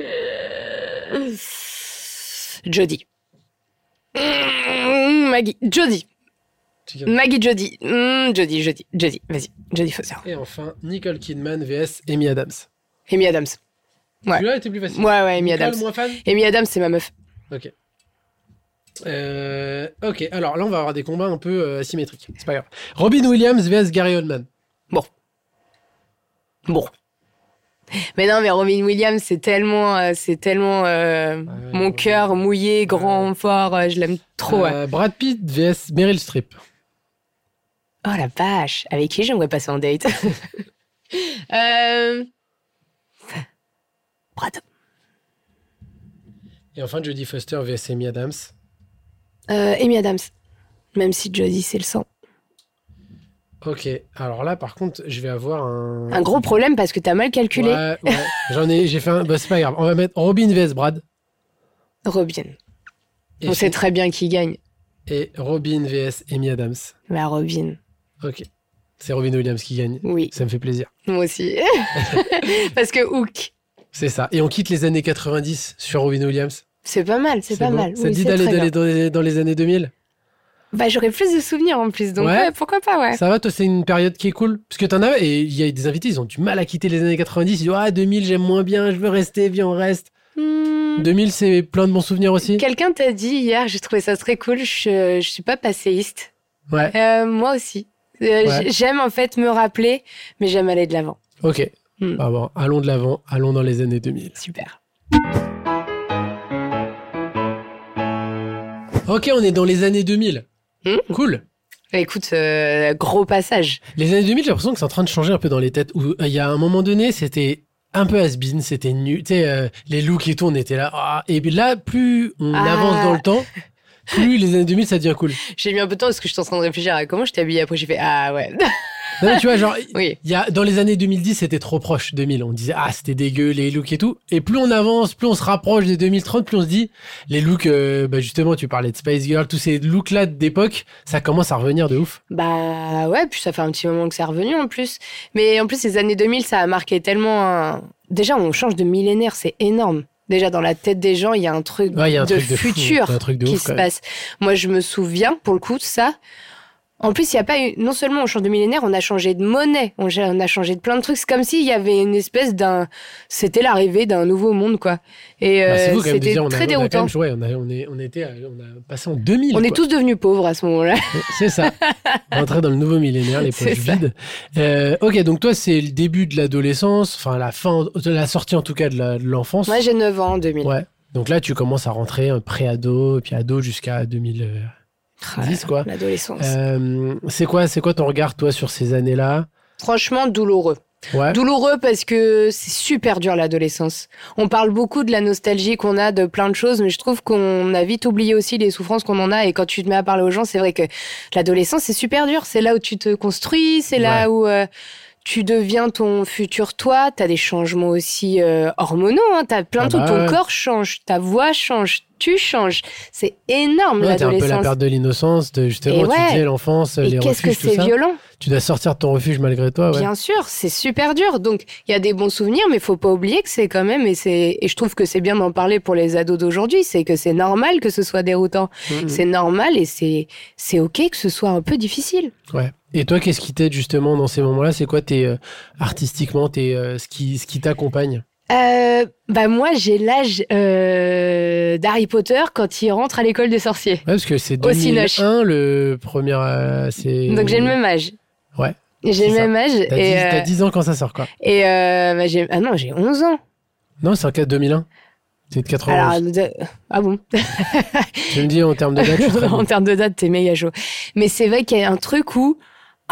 Euh, Jodie. Mmh, Maggie. Jodie. Maggie, Jodie. Mmh, Jodie, Jodie. Jodie. Vas-y. Jodie Foster.
Et enfin, Nicole Kidman vs Amy Adams.
Amy Adams. Ouais.
Celui-là était plus facile.
Ouais, ouais, Amy
Nicole,
Adams.
moins fan
Amy Adams, c'est ma meuf.
Euh, ok, alors là, on va avoir des combats un peu euh, asymétriques. C'est pas grave. Robin Williams vs Gary Oldman.
Bon. Mais non, mais Robin Williams, c'est tellement, euh, c'est tellement euh, mon
ouais.
cœur mouillé, grand, fort. euh, je l'aime trop. ouais.
Euh, Brad Pitt vs Meryl Streep.
Oh la vache, avec qui j'aimerais passer en date euh... Brad.
Et enfin, Jodie Foster vs Amy Adams.
Euh, Amy Adams. Même si Jodie, c'est le sang.
Ok, alors là, par contre, je vais avoir un.
Un gros problème parce que t'as mal calculé.
Ouais, ouais. J'en ai, j'ai fait un. Bah, c'est pas grave. On va mettre Robin vs Brad.
Robin.
Et,
On
fi-
sait très bien qui gagne.
et Robin vs Amy Adams.
La Robin.
Ok. C'est Robin Williams qui gagne.
Oui,
Ça me fait plaisir.
moi aussi. Parce que Hook,
C'est ça. Et on quitte les années 90 sur Robin Williams.
c'est pas mal, c'est pas
bon.
mal.
Ça
Oui,
te dit
c'est
d'aller
très
d'aller
bien.
dans, les- dans les années 2000
Bah, j'aurais plus de souvenirs en plus, donc
Ouais.
ouais, pourquoi pas, ouais.
Ça va, toi, c'est une période qui est cool Parce que t'en as, et il y a des invités, ils ont du mal à quitter les années 90. Ils disent Ah, 2000, j'aime moins bien, je veux rester, viens, on reste.
Hmm.
2000, c'est plein de bons souvenirs aussi
Quelqu'un t'a dit hier, j'ai trouvé ça très cool, je, je suis pas passéiste.
Ouais,
Euh, moi aussi. Euh,
Ouais.
j- J'aime en fait me rappeler, mais j'aime aller de l'avant.
ok.
Hmm.
Bah bon, allons de l'avant, allons dans les années 2000.
Super.
Ok, on est dans les années 2000.
Hmm.
Cool.
Bah, écoute, euh, gros passage.
Les années 2000, j'ai l'impression que c'est en train de changer un peu dans les têtes. Où euh, il y a un moment donné, c'était un peu has-been, c'était nul. Tu sais, euh, les looks et tout, on était là. Ah, et puis là, plus on
Ah.
avance dans le temps, plus les années 2000, ça devient cool.
J'ai mis un peu de temps parce que je suis en train de réfléchir à comment je t'ai habillée. Après, j'ai fait Ah ouais.
Non, mais tu vois, genre,
oui.
il y a, dans les années 2010, c'était trop proche, 2000. On disait, ah, c'était dégueu, les looks et tout. Et plus on avance, plus on se rapproche des 2030, plus on se dit, les looks, euh, bah, justement, tu parlais de Space Girl, tous ces looks-là d'époque, ça commence à revenir de ouf.
Bah ouais, puis ça fait un petit moment que c'est revenu en plus. Mais en plus, les années 2000, ça a marqué tellement. un- Déjà, on change de millénaire, c'est énorme. Déjà, dans la tête des gens, il y a un truc
Ouais, il y a un
de
truc de fou,
futur
un truc de
qui
ouf,
se
quand même.
passe. Moi, je me souviens, pour le coup, de ça. En plus, il y a pas eu. Non seulement on change de millénaire, on a changé de monnaie, on, ja- on a changé de plein de trucs. C'est comme s'il y avait une espèce d'un. C'était l'arrivée d'un nouveau monde, quoi. Et
Bah, c'est
euh,
fou quand même de
c'était
dire, on a,
très
on a quand
déroutant.
même joué, on a, on est, on était, à- on a passé en 2000.
On est
quoi.
tous devenus pauvres à ce moment-là.
C'est ça. Rentrer dans le nouveau millénaire, les poches
C'est ça.
vides. Euh, ok, donc toi, c'est le début de l'adolescence, enfin la fin, de la sortie en tout cas de la- de l'enfance.
Moi, j'ai 9 ans en 2000.
Ouais. Donc là, tu commences à rentrer euh, pré-ado, puis ado jusqu'à 2010,
Ah,
quoi.
L'adolescence.
Euh, c'est quoi, c'est quoi ton regard, toi, sur ces années-là
Franchement, douloureux.
Ouais.
Douloureux parce que c'est super dur l'adolescence. On parle beaucoup de la nostalgie qu'on a de plein de choses, mais je trouve qu'on a vite oublié aussi les souffrances qu'on en a. Et quand tu te mets à parler aux gens, c'est vrai que l'adolescence, c'est super dur. C'est là où tu te construis, c'est là où euh, tu deviens ton futur toi. T'as des changements aussi euh, hormonaux. Hein. T'as plein
Ah
de trucs.
bah
Ton
ouais.
corps change, ta voix change, tu changes. C'est énorme
Ouais, t'as un peu la
l'adolescence.
perte de l'innocence, de justement,
Et
tu
ouais.
disais l'enfance,
Et
les
qu'est-ce que
refuges, tout
c'est
ça.
violent
Tu dois sortir de ton refuge malgré toi, ouais.
Bien sûr, c'est super dur. Donc, il y a des bons souvenirs, mais faut pas oublier que c'est quand même, et c'est, et je trouve que c'est bien d'en parler pour les ados d'aujourd'hui, c'est que c'est normal que ce soit déroutant.
Mhm.
C'est normal et c'est, c'est ok que ce soit un peu difficile.
Ouais. Et toi, qu'est-ce qui t'aide justement dans ces moments-là C'est quoi tes, euh, artistiquement tes, euh, ce qui, ce qui t'accompagne
Euh, bah, moi, j'ai l'âge, euh, d'Harry Potter quand il rentre à l'école des sorciers.
Ouais, parce que c'est
Au Cinoche.
2001, le premier. euh, c'est...
Donc, j'ai le même âge.
Ouais.
J'ai le
C'est ça.
même âge.
T'as,
et,
10,
euh,
t'as 10 ans quand ça sort, quoi.
et, euh, bah, j'ai, ah non, j'ai 11 ans.
Non, c'est en cas de 2001. C'est de 91.
Alors, de- ah bon?
Tu me dis en termes de date, je suis très bon.
en termes de date, t'es méga chaud. Mais c'est vrai qu'il y a un truc où,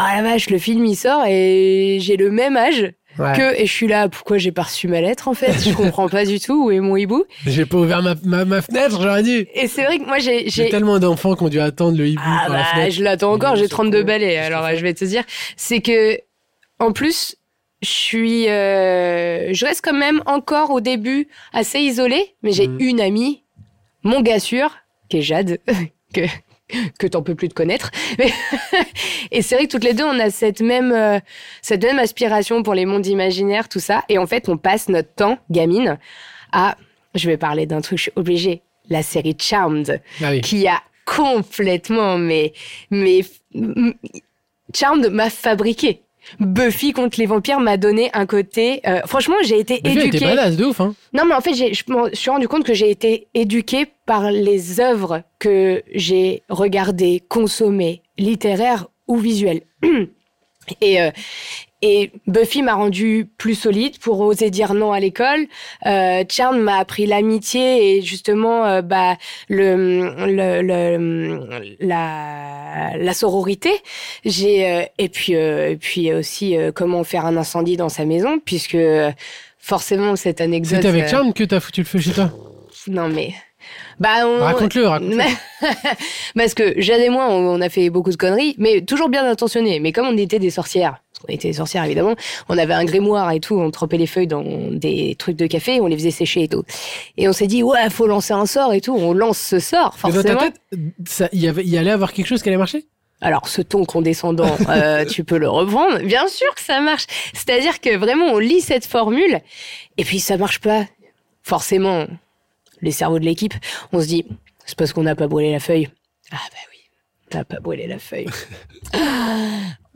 ah la vache, le film il sort et j'ai le même âge
Ouais.
que, et je suis là, pourquoi j'ai pas reçu ma lettre en fait Je comprends pas du tout où est mon hibou.
J'ai pas ouvert ma, ma, ma fenêtre, j'aurais dit.
Et c'est vrai que moi j'ai.
J'ai
j'ai-
tellement d'enfants qui ont dû attendre le hibou
Ah
par la
bah,
fenêtre.
je l'attends encore,
Mais
j'ai
c'est
32
cool,
balais,
qu'est-ce que
alors
tu fais
je vais te dire. C'est que, en plus, je suis. euh, je reste quand même encore au début assez isolée, mais j'ai
Mhm.
une amie, mon gars sûr, qui est Jade, que, que t'en peux plus de connaître. Mais et c'est vrai que toutes les deux, on a cette même, euh, cette même aspiration pour les mondes imaginaires, tout ça. Et en fait, on passe notre temps, gamine, à. Je vais parler d'un truc, je suis obligée. La série Charmed
Ah oui.
qui a complètement mais mais m- Charmed m'a fabriqué. Buffy contre les vampires m'a donné un côté. euh, franchement, j'ai été
Mais t'es
éduquée.
badass de ouf, hein.
Non, mais en fait, j'ai- je me suis rendu compte que j'ai été éduquée par les œuvres que j'ai regardées, consommées, littéraires ou visuelles. Et, euh, et Buffy m'a rendue plus solide pour oser dire non à l'école. Euh, Charm m'a appris l'amitié et justement euh, bah, le, le, le- la, la sororité. J'ai euh, et puis euh, et puis aussi euh, comment faire un incendie dans sa maison puisque euh, forcément cette anecdote.
C'était avec
euh,
Charme que t'as foutu le feu chez toi.
Non mais bah on,
Raconte-le, raconte.
parce que Jeanne et moi, on, on a fait beaucoup de conneries, mais toujours bien intentionnées. Mais comme on était des sorcières, parce qu'on était des sorcières évidemment, on avait un grimoire et tout, on trempait les feuilles dans des trucs de café, on les faisait sécher et tout. Et on s'est dit, ouais, faut lancer un sort et tout, on lance ce sort,
Mais dans ta
forcément.
tête, ça- il y avait- il y allait avoir quelque chose qui allait marcher
Alors, ce ton condescendant, euh, tu peux le reprendre. Bien sûr que ça marche. C'est-à-dire que vraiment, on lit cette formule et puis ça marche pas. Forcément, les cerveaux de l'équipe, on se dit, c'est parce qu'on n'a pas brûlé la feuille. Ah bah oui, t'as pas brûlé la feuille.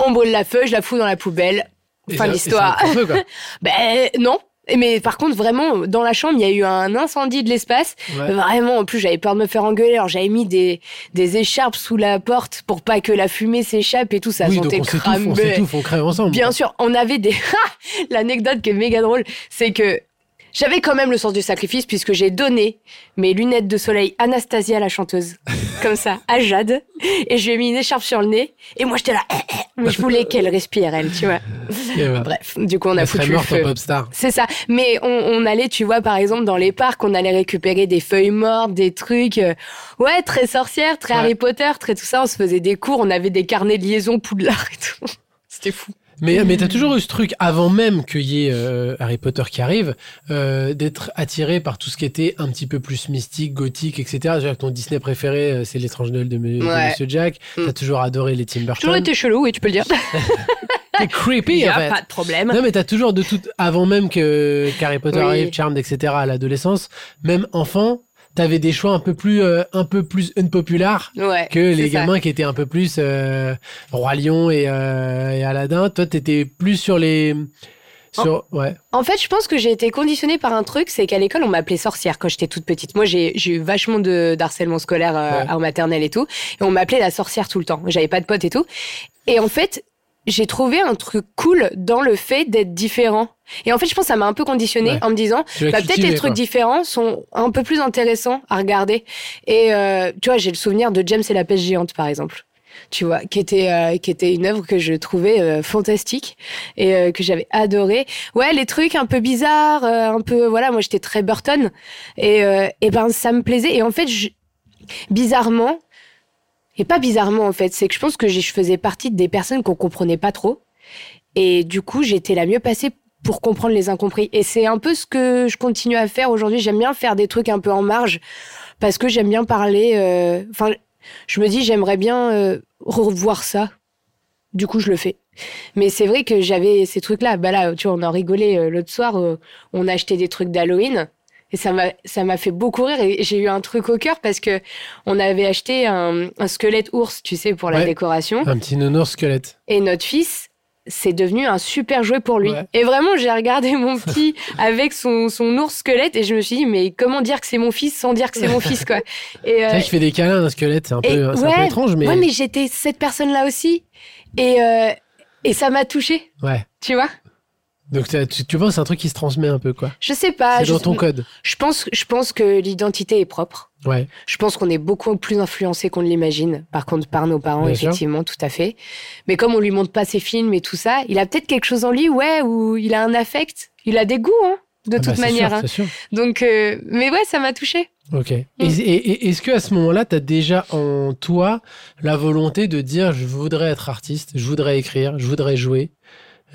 on brûle la feuille, je la fous dans la poubelle.
Et
Fin
ça-
de
et
l'histoire.
ça va être un peu, quoi.
Ben non. Et Mais par contre, vraiment, dans la chambre, il y a eu un incendie de l'espace.
Ouais.
Vraiment, en plus, j'avais peur de me faire engueuler. Alors, j'avais mis des, des écharpes sous la porte pour pas que la fumée s'échappe et tout. Ça
oui, donc
sentait
on s'étouffe, on
cramé.
s'étouffe, on crève ensemble.
Bien sûr, on avait des. Ha L'anecdote qui est méga drôle, c'est que j'avais quand même le sens du sacrifice puisque j'ai donné mes lunettes de soleil Anastasia la chanteuse, comme ça, à Jade, et je lui ai mis une écharpe sur le nez. Et moi, j'étais là. eh, eh Mais je voulais qu'elle respire, elle, tu vois.
Et voilà.
Bref, du coup, on a
Elle serait
foutu le
morte hein, en
feu.
popstar.
C'est ça. Mais on, on allait, tu vois, par exemple, dans les parcs, on allait récupérer des feuilles mortes, des trucs. euh, ouais, très sorcières, très
Ouais.
Harry Potter, très tout ça. On se faisait des cours, on avait des carnets de liaison poudlard et tout. C'était fou.
Mais, mais t'as toujours eu ce truc, avant même qu'il y ait euh, Harry Potter qui arrive, euh, d'être attiré par tout ce qui était un petit peu plus mystique, gothique, etc. C'est-à-dire que ton Disney préféré, euh, c'est L'étrange Noël de, M- de
Ouais.
Monsieur Jack.
Mm.
T'as toujours adoré les Tim
Toujours
Burton.
été chelou, oui, tu peux le dire.
T'es creepy,
Y
en
a
fait.
pas de problème.
Non, mais t'as toujours de tout, avant même que Harry Potter
Oui.
arrive, Charmed, etc. à l'adolescence, même enfant, t'avais des choix un peu plus, euh, un peu plus unpopular
Ouais.
que les
c'est ça.
gamins qui étaient un peu plus euh, Roi Lion et, euh, et Aladdin. Toi, t'étais plus sur les.
Oh.
Sur, ouais.
En fait, je pense que j'ai été conditionnée par un truc, c'est qu'à l'école, on m'appelait sorcière quand j'étais toute petite. Moi, j'ai j'ai eu vachement de d'harcèlement scolaire euh,
Ouais.
en maternelle et tout. Et on m'appelait la sorcière tout le temps. J'avais pas de potes et tout. Et en fait, j'ai trouvé un truc cool dans le fait d'être différent. Et en fait, je pense que ça m'a un peu conditionnée
Ouais.
en me disant,
Tu l'as
bah, peut-être
cultivé,
les trucs
quoi.
différents sont un peu plus intéressants à regarder. Et euh, tu vois, j'ai le souvenir de James et la pêche géante, par exemple. Tu vois, qui était, euh, qui était une œuvre que je trouvais euh, fantastique et euh, que j'avais adoré. Ouais, les trucs un peu bizarres, euh, un peu voilà, moi j'étais très Burton et euh, et ben ça me plaisait. Et en fait, je- bizarrement et pas bizarrement en fait, c'est que je pense que j'ai- je faisais partie des personnes qu'on comprenait pas trop et du coup j'étais la mieux passée pour comprendre les incompris. Et c'est un peu ce que je continue à faire aujourd'hui. J'aime bien faire des trucs un peu en marge parce que j'aime bien parler. euh, Enfin, je me dis j'aimerais bien euh, revoir ça. Du coup, je le fais. Mais c'est vrai que j'avais ces trucs-là. Bah là, tu vois, on en rigolait euh, l'autre soir. euh, on a acheté des trucs d'Halloween. Et ça m'a, ça m'a fait beaucoup rire. Et j'ai eu un truc au cœur parce que on avait acheté un, un squelette ours, tu sais, pour la
Ouais.
décoration.
Un petit nounours squelette.
Et notre fils, c'est devenu un super jouet pour lui.
Ouais.
Et vraiment, j'ai regardé mon petit avec son, son ours squelette et je me suis dit, mais comment dire que c'est mon fils sans dire que c'est mon fils, quoi. Et, euh,
C'est vrai qu'il fait des câlins d'un squelette, c'est un, peu,
et
c'est un peu
ouais,
étrange, mais.
ouais, mais j'étais cette personne-là aussi. Et, euh, et ça m'a touchée,
Ouais.
tu vois.
Donc, t'as- tu, tu vois, c'est un truc qui se transmet un peu, quoi.
Je sais pas.
c'est
Ah, Je,
dans ton code.
je pense, je pense que l'identité est propre.
Ouais.
Je pense qu'on est beaucoup plus influencé qu'on ne l'imagine, par contre, par nos parents,
Bien sûr.
effectivement, tout à fait. Mais comme on lui montre pas ses films et tout ça, il a peut-être quelque chose en lui, ouais, ou il a un affect, il a des goûts, hein, de
Ah bah,
toute
c'est
manière.
sûr,
hein.
C'est sûr.
Donc, euh, mais ouais, ça m'a touchée.
Ok.
Mm.
Et, et- et- est-ce que à ce moment-là, tu as déjà en toi la volonté de dire je voudrais être artiste, je voudrais écrire, je voudrais jouer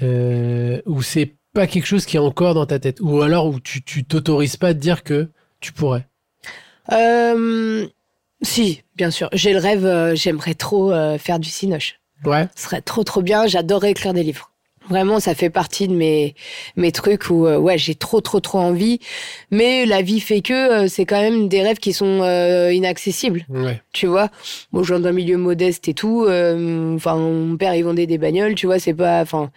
euh, Ou c'est pas quelque chose qui est encore dans ta tête Ou alors où tu tu t'autorises pas de dire que tu pourrais
Euh, si, bien sûr. J'ai le rêve, euh, j'aimerais trop euh, faire du cinoche.
Ouais.
Ce serait trop trop bien, j'adorerais écrire des livres. Vraiment, ça fait partie de mes mes trucs où euh, ouais, j'ai trop trop trop envie, mais la vie fait que euh, c'est quand même des rêves qui sont euh, inaccessibles,
Ouais.
tu vois. Moi, je viens d'un milieu modeste et tout, euh, enfin mon père il vendait des bagnoles, tu vois, c'est pas enfin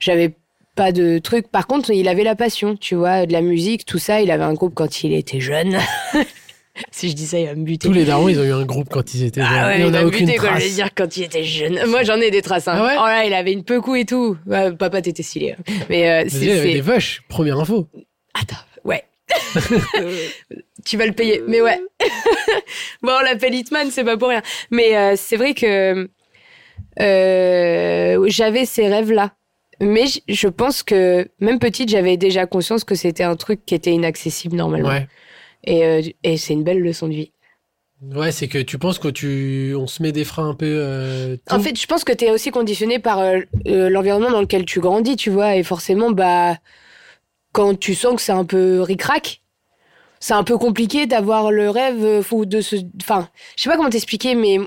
j'avais pas de trucs. Par contre, il avait la passion, tu vois, de la musique, tout ça, il avait un groupe quand il était jeune. si je dis ça, il va me buter.
Tous les darons, ils ont eu un groupe quand ils étaient
Ah
jeunes.
ouais,
Et on
il
n'a
m'a
aucune
buté, quoi, je
trace.
vais dire quand il était jeune. Moi, j'en ai des traces. Hein.
Ah ouais
oh là, il avait une pecou et tout. Ouais, papa, t'étais stylé. hein. Mais euh,
Déjà, il y
c'est.
avait
c'est-
des vaches, première info.
Attends, ouais. tu vas le payer. Mais ouais. bon, on l'appelle Hitman, c'est pas pour rien. Mais euh, c'est vrai que euh, j'avais ces rêves-là. Mais j- je pense que, même petite, j'avais déjà conscience que c'était un truc qui était inaccessible normalement.
Ouais.
Et, euh, et c'est une belle leçon de vie.
Ouais, c'est que tu penses que tu, on se met des freins un peu. euh,
En
tôt.
fait, je pense que tu es aussi conditionné par euh, euh, l'environnement dans lequel tu grandis, tu vois. Et forcément, bah, quand tu sens que c'est un peu ric-rac, c'est un peu compliqué d'avoir le rêve. euh, Faut de se... Enfin, je sais pas comment t'expliquer, mais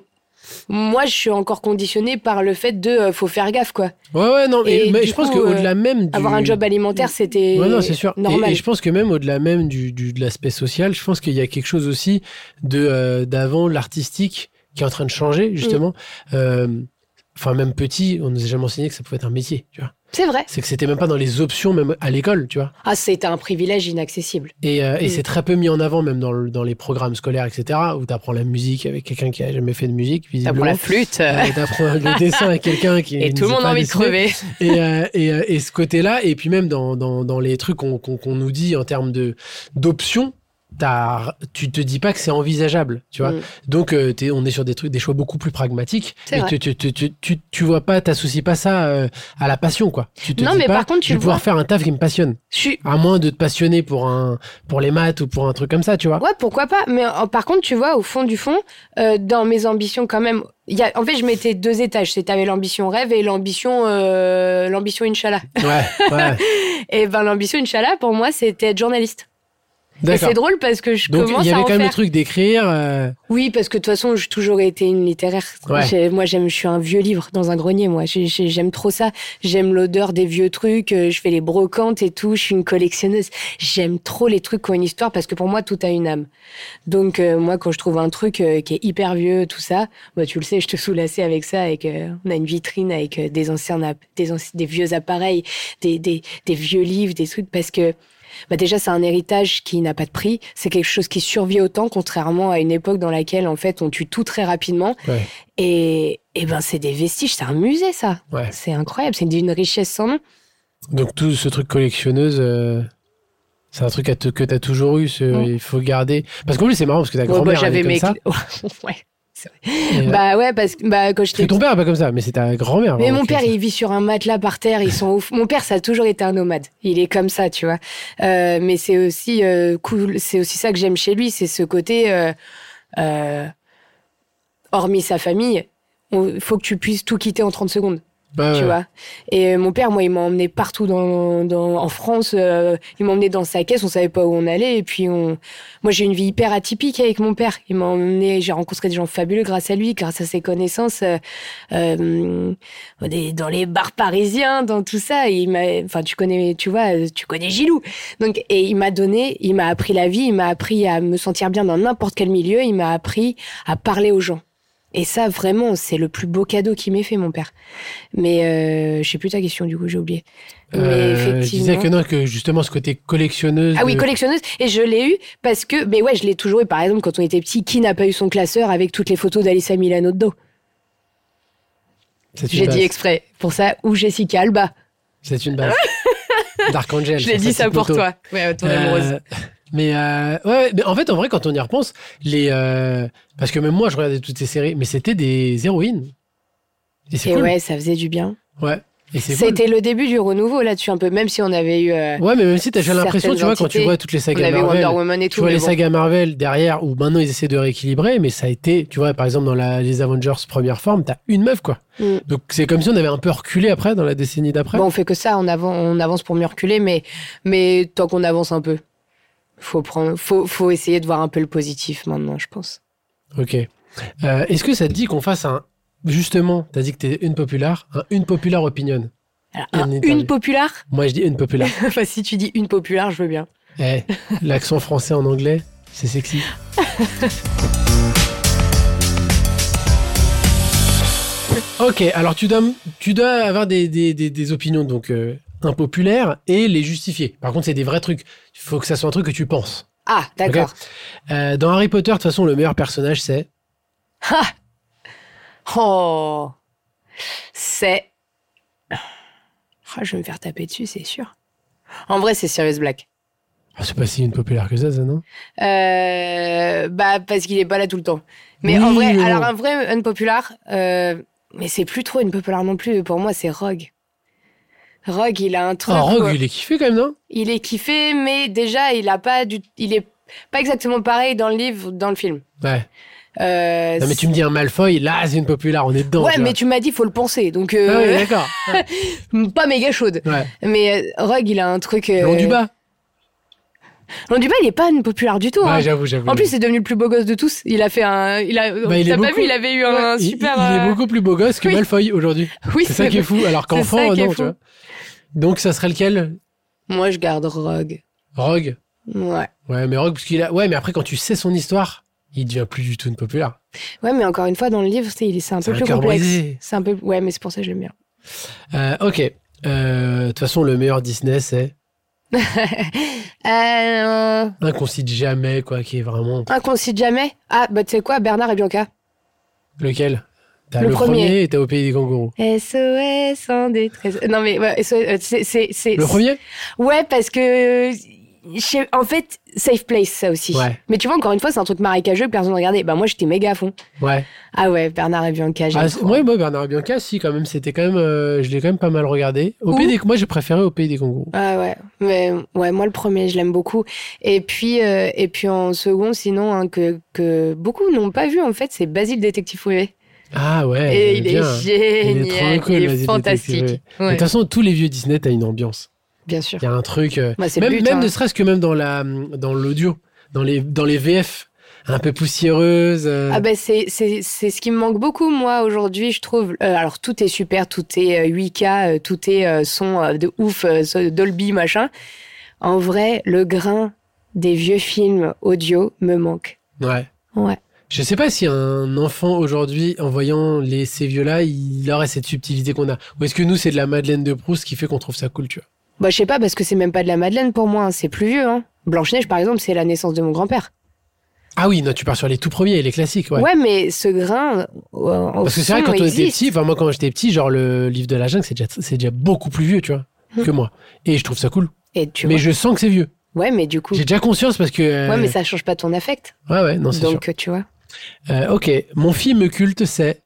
moi, je suis encore conditionnée par le fait de euh, faut faire gaffe, quoi.
Ouais, ouais, non, mais,
Et
mais
du
je pense
coup, euh,
qu'au-delà même. Du...
Avoir un job alimentaire, c'était
Ouais, non, c'est sûr. Et-
normal.
Et, je pense que même au-delà même du, du- de l'aspect social, je pense qu'il y a quelque chose aussi de euh, d'avant l'artistique qui est en train de
Mm.
changer justement. Euh, Enfin, même petit, on nous a jamais enseigné que ça pouvait être un métier, tu vois.
C'est vrai.
C'est que c'était même pas dans les options, même à l'école, tu vois.
Ah, c'était un privilège inaccessible.
Et, euh, et
Mm.
c'est très peu mis en avant, même dans, le- dans les programmes scolaires, etc., où t'apprends la musique avec quelqu'un qui a jamais fait de musique, visiblement.
Pour la flûte. euh,
Euh, T'apprends le dessin à quelqu'un qui
Et
ne
tout le
sait
monde
pas
a envie de
dessiner.
crever.
et, euh, et, euh, et ce côté-là, et puis même dans, dans, dans les trucs qu'on qu'on- qu'on nous dit en termes de- d'options, t'as- tu te dis pas que c'est envisageable, tu vois.
Mm.
Donc euh, t'es- on est sur des trucs, des choix beaucoup plus pragmatiques.
C'est
Et
vrai.
tu, tu, tu, tu, tu, tu vois pas, t'associes pas ça euh, à la passion, quoi. Tu te
Non,
dis
mais
pas,
par contre, tu
je vais
le
pouvoir
vois.
faire un taf qui me passionne,
Je suis-
à moins de te passionner pour un pour les maths ou pour un truc comme ça, tu vois.
Ouais, pourquoi pas. Mais euh, par contre, tu vois, au fond du fond, euh, dans mes ambitions, quand même, il y a... en fait, je mettais deux étages. C'était avec l'ambition rêve et l'ambition, euh, l'ambition Inch'Allah.
Ouais, ouais.
Et ben, l'ambition Inch'Allah, pour moi, c'était être journaliste. Et
D'accord.
c'est drôle parce que je
Donc il
commence
y
à
avait
en
quand même
faire.
le truc d'écrire. euh,
Oui, parce que de toute façon, j'ai toujours été une littéraire.
Ouais.
J'ai- Moi, j'aime, je suis un vieux livre dans un grenier, moi. J'ai- j'ai- J'aime trop ça. J'aime l'odeur des vieux trucs. euh, Je fais les brocantes et tout. Je suis une collectionneuse. J'aime trop les trucs qui ont une histoire parce que pour moi, tout a une âme. Donc, euh, moi, quand je trouve un truc euh, qui est hyper vieux, tout ça, bah, tu le sais, je te soule assez avec ça. Avec, euh, on a une vitrine avec euh, des anciens, app- des, anci- des vieux appareils, des, des, des vieux livres, des trucs parce que bah déjà c'est un héritage qui n'a pas de prix, c'est quelque chose qui survit au temps contrairement à une époque dans laquelle en fait on tue tout très rapidement
Ouais.
et, et ben c'est des vestiges, c'est un musée ça.
Ouais.
C'est incroyable, c'est d'une richesse sans nom.
Donc tout ce truc collectionneuse, euh, c'est un truc à te- que t'as toujours eu. ce-
Ouais.
Il faut garder. Parce qu'en plus c'est marrant parce que ta
Mmh. Ouais, bah,
grand-mère elle est
j'avais
comme
mes
ça.
ouais.
et, euh,
Bah ouais parce que bah quand
parce que
j'étais
ton père est pas comme ça, mais c'est ta grand-mère.
mais
vraiment,
mon
qui est
père,
comme
il vit sur un matelas par terre, ils sont ouf. Mon père, ça a toujours été un nomade. Il est comme ça, tu vois. Euh, mais c'est aussi euh, cool, c'est aussi ça que j'aime chez lui, c'est ce côté, euh, euh, hormis sa famille, il faut que tu puisses tout quitter en 30 secondes
ça. Bah,
tu
ouais.
vois. Et euh, mon père, moi, il m'a emmené partout dans, dans- en France. euh, il m'a emmené dans sa caisse. On savait pas où on allait. Et puis, on... moi, j'ai une vie hyper atypique avec mon père. Il m'a emmené. J'ai rencontré des gens fabuleux grâce à lui, grâce à ses connaissances, euh, euh, des- dans les bars parisiens, dans tout ça. Et il m'a, enfin, tu connais, tu vois, euh, tu connais Gilou. Donc, et il m'a donné, il m'a appris la vie. Il m'a appris à me sentir bien dans n'importe quel milieu. Il m'a appris à parler aux gens. Et ça, vraiment, c'est le plus beau cadeau qu'il m'ait fait, mon père. Mais euh, je sais plus ta question, du coup, j'ai oublié. Mais
Euh, Je disais
effectivement.
que non, que justement ce côté collectionneuse. euh,
Ah oui,
de-
collectionneuse. Et je l'ai eu parce que, mais ouais, je l'ai toujours eu. Par exemple, quand on était petit, qui n'a pas eu son classeur avec toutes les photos d'Alissa Milano dedans
c'est une
J'ai
base.
dit exprès. Pour ça, ou Jessica Alba.
C'est une base. Dark Angel.
Je l'ai
sur
dit
sa
ça
petite
pour
moto.
toi. Ouais, ton amoureuse.
Euh, mais, euh, ouais, mais en fait, en vrai, quand on y repense, les, euh, parce que même moi, je regardais toutes ces séries, mais c'était des héroïnes. Et c'est
Et
cool.
ouais, ça faisait du bien.
Ouais. Et c'est cool.
C'était le début du renouveau là-dessus, un peu, même si on avait eu. euh,
Ouais, mais même si t'as déjà l'impression, tu
certaines
vois, quand tu
entités,
vois toutes les
on
sagas
avait
Marvel,
Wonder Woman et
tu
tout.
vois
mais
les
bon.
sagas Marvel derrière où maintenant ils essaient de rééquilibrer, mais ça a été, tu vois, par exemple dans la- les Avengers première forme, t'as une meuf quoi.
Mm.
Donc c'est comme si on avait un peu reculé après dans la décennie d'après.
Bon, on fait que ça, on, avan- on avance pour mieux reculer, mais, mais tant qu'on avance un peu, faut, prendre, faut, faut essayer de voir un peu le positif maintenant, je pense.
Ok. Euh, Est-ce que ça te dit qu'on fasse un justement, t'as dit que t'es une populaire, un une populaire opinion.
Alors,
Une
un-
interview.
une populaire
Moi je dis une populaire.
Enfin, si tu dis une populaire, je veux bien.
Eh, l'accent français en anglais, c'est sexy. ok, alors tu dois, tu dois avoir des, des- des- des opinions donc euh, impopulaires et les justifier. Par contre, c'est des vrais trucs. Il faut que ça soit un truc que tu penses.
Ah, d'accord.
Euh, dans Harry Potter, de toute façon, le meilleur personnage, c'est.
Oh C'est. Ah, je vais me faire taper dessus, c'est sûr. En vrai, c'est Sirius Black.
Ah, c'est pas si une populaire que ça, ça, non
Euh, bah, parce qu'il est pas là tout le temps. Mais
Oui,
en vrai,
mais
alors
non.
un vrai unpopular, euh, mais c'est plus trop unpopular non plus. Pour moi, c'est Rogue. Rogue, il a un truc.
Ah,
quoi.
Rogue, il est kiffé quand même, non
Il est kiffé, mais déjà, il a pas du, il est pas exactement pareil dans le livre, dans le film.
Ouais.
Euh,
Non, mais tu me dis un Malfoy, là, c'est une populaire, on est dedans.
ouais,
tu
mais
vois.
tu m'as dit faut le penser, donc
Ah oui,
euh,
d'accord.
pas méga chaude.
Ouais.
Mais euh, Rogue, il a un truc. euh,
Long du bas.
Jean Dumas, il est pas populaire du tout.
Ouais,
hein.
j'avoue, j'avoue.
En plus, c'est devenu le plus beau gosse de tous. Il a fait un. Il a.
Bah, il est
T'as pas
beaucoup-
vu Il avait eu un
Ouais, il-
super.
Il,
euh,
est beaucoup plus beau gosse que
oui.
Malfoy aujourd'hui.
Oui,
C'est ça qui est fou. Alors
C'est
qu'enfant,
ça
euh,
qui est
non,
fou.
tu vois. Donc ça serait lequel
Moi, je garde Rogue.
Rogue.
Ouais.
Ouais, mais Rogue, parce qu'il a. Ouais, mais après, quand tu sais son histoire, il devient plus du tout une populaire.
Ouais, mais encore une fois, dans le livre, c'est il- c'est un
C'est
peu
un
plus
cœur
complexe.
brisé.
C'est un peu. Ouais, mais c'est pour ça que j'aime bien.
Euh, ok. Euh, De toute façon, le meilleur Disney, c'est
Euh,
un qu'on cite jamais, quoi, qui est vraiment.
un qu'on cite jamais. Ah, bah tu sais quoi, Bernard et Bianca.
Lequel T'as le,
Le
premier.
premier.
et t'as au pays des kangourous.
SOS en détresse. Non mais ouais, SOS, euh, c'est c'est c'est.
Le premier
Ouais, parce que. euh, je sais- En fait, safe place, ça aussi.
Ouais.
Mais tu vois, encore une fois, c'est un truc marécageux, personne ne regardait. Bah, moi, j'étais méga à fond.
Ouais.
Ah ouais, Bernard et Bianca, j'aime
Ah, c'est-
trop.
ouais, moi, Bernard et Bianca, si, quand même, c'était quand même. euh, je l'ai quand même pas mal regardé. Au
Où
pays des... Moi, j'ai préféré au pays des kangourous.
Ah Ouais, ouais. Mais, ouais, moi, le premier, je l'aime beaucoup. Et puis, euh, et puis en second, sinon, hein, que, que beaucoup n'ont pas vu, en fait, c'est Basile Détective Privé.
Ah ouais.
et
j'aime
il
bien.
est génial.
Il est trop cool,
il
Basile
est
Détective Privé.
fantastique.
De
Ouais,
toute façon, tous les vieux Disney, t'as une ambiance.
bien sûr.
Il y a un truc. euh,
Bah, c'est le
même
but,
même
hein.
ne serait-ce que même dans la dans l'audio, dans les dans les VF, un peu poussiéreuse. euh,
Ah ben c'est c'est c'est ce qui me manque beaucoup moi aujourd'hui je trouve Euh, alors tout est super tout est euh, 8K euh, tout est euh, son euh, de ouf euh, ce Dolby machin en vrai le grain des vieux films audio me manque
Ouais.
bah. ouais
Je sais pas si un enfant aujourd'hui, en voyant les, ces vieux-là, il aurait cette subtilité qu'on a. Ou est-ce que nous, c'est de la Madeleine de Proust qui fait qu'on trouve ça cool, tu vois
bah je sais pas parce que c'est même pas de la Madeleine pour moi hein, c'est plus vieux hein. Blanche Neige par exemple c'est la naissance de mon grand père
Ah oui, non, tu pars sur les tout premiers, les classiques, ouais.
ouais. mais ce grain euh, au
Parce que c'est vrai, quand
son
on était
existe.
petit, enfin, moi, quand j'étais petit, genre, le livre de la jungle, c'est déjà, c'est déjà beaucoup plus vieux, tu vois,
Hmm.
que moi. Et je trouve ça cool.
et tu
mais
vois.
je sens que c'est vieux.
ouais mais du coup
J'ai déjà conscience parce que. euh,
ouais mais ça change pas ton affect
Ouais, ouais, non, c'est sûr.
donc tu vois
Euh, ok, mon film culte, c'est.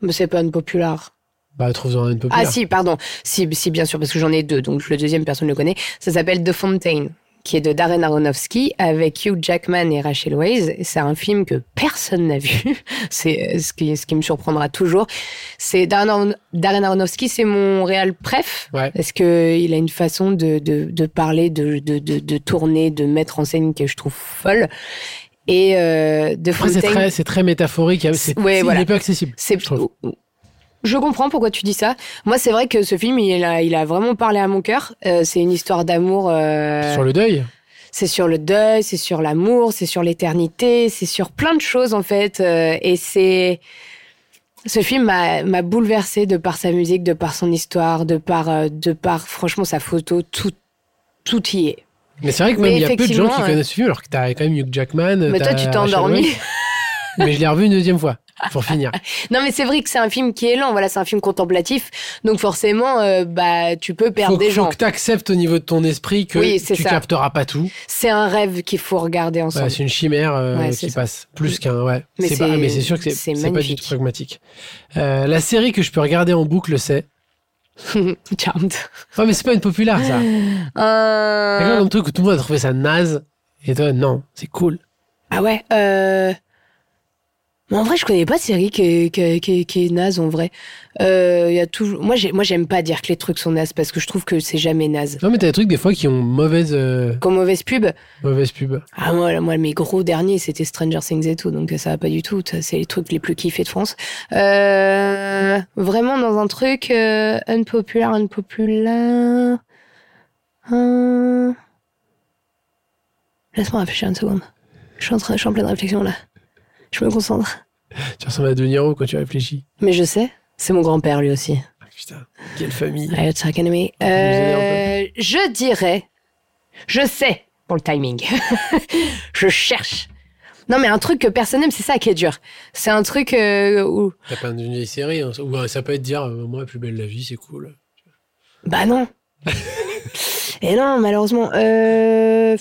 mais c'est pas une populaire
Bah, trouve-en un peu plus.
Ah si, pardon. Si, si, bien sûr, parce que j'en ai deux, donc le deuxième, personne ne le connaît. Ça s'appelle The Fountain, qui est de Darren Aronofsky, avec Hugh Jackman et Rachel Weisz. C'est un film que personne n'a vu. C'est euh, ce qui, ce qui me surprendra toujours. C'est Darren, Aron- Darren Aronofsky, c'est mon réal préf.
Ouais.
Parce que il a une façon de, de, de parler, de, de, de, de tourner, de mettre en scène que je trouve folle. Et euh, The
Après, c'est
Fountain...
très, c'est très métaphorique. ah C'est,
Ouais,
c'est- Il
voilà.
est peu accessible.
C'est Oh,
je trouve.
Je comprends pourquoi tu dis ça. Moi, c'est vrai que ce film, il a, il a vraiment parlé à mon cœur. Euh, c'est une histoire d'amour. euh,
Sur le deuil.
C'est sur le deuil, c'est sur l'amour, c'est sur l'éternité, c'est sur plein de choses en fait. Euh, et c'est ce film m'a m'a bouleversée de par sa musique, de par son histoire, de par euh, de par franchement sa photo, tout tout y est.
Mais c'est vrai que
Mais
même il y a peu de gens qui
effectivement,
connaissent ce film, alors que t'as quand même Hugh Jackman.
Mais toi,
Euh, t'as
tu t'es
Rachel
endormi.
Weisz. mais je l'ai revu une deuxième fois, pour finir.
non, mais c'est vrai que c'est un film qui est lent. Voilà, c'est un film contemplatif. Donc forcément, euh, bah tu peux perdre
faut,
des
que- faut
gens.
que t'acceptes au niveau de ton esprit que
Oui, c'est
tu
ça.
capteras pas tout.
C'est un rêve qu'il faut regarder
Ouais,
ensemble.
c'est une chimère euh,
Ouais, c'est
qui
ça.
passe. Plus qu'un, ouais.
Mais
c'est, pas-
c'est-
mais c'est sûr que c'est,
c'est
c'est pas du
magnifique.
tout pragmatique. Euh, la série que je peux regarder en boucle, c'est.
Charmed.
Ouais, mais c'est pas une populaire, ça. C'est quand même un truc où tout le monde a trouvé ça naze. Et toi, non, c'est cool.
Ah ouais, euh... Mais en vrai, je connais pas de série qui est, qui est- qui est- qui est naze, en vrai. Euh, y a toujours... Moi, j'ai- moi, j'aime pas dire que les trucs sont nazes, parce que je trouve que c'est jamais naze.
Non, mais t'as des trucs des fois qui ont mauvaise, euh,
Comme mauvaise pub,
mauvaise pub.
ah, moi, moi, mes gros derniers, c'était Stranger Things et tout, donc euh, ça va pas du tout. Ça, C'est les trucs les plus kiffés de France. Euh... Vraiment, dans un truc euh... unpopular, unpopular... Euh, Laisse-moi réfléchir une seconde. Je suis en, train... je suis en pleine réflexion, là. Je me concentre.
Tu ressembles à De Niro quand tu réfléchis.
Mais je sais, c'est mon grand-père lui aussi.
Ah, putain, quelle famille.
Riot Shark Enemy.
nous aider
Euh, je dirais, je sais pour le timing. je cherche. Non mais un truc que personne n'aime, c'est ça qui est dur. C'est un truc euh, où
T'as plein de vieilles séries. hein. Ou euh, ça peut être dire, euh, moi, plus belle la vie, c'est cool.
bah non. Et non, malheureusement. Euh...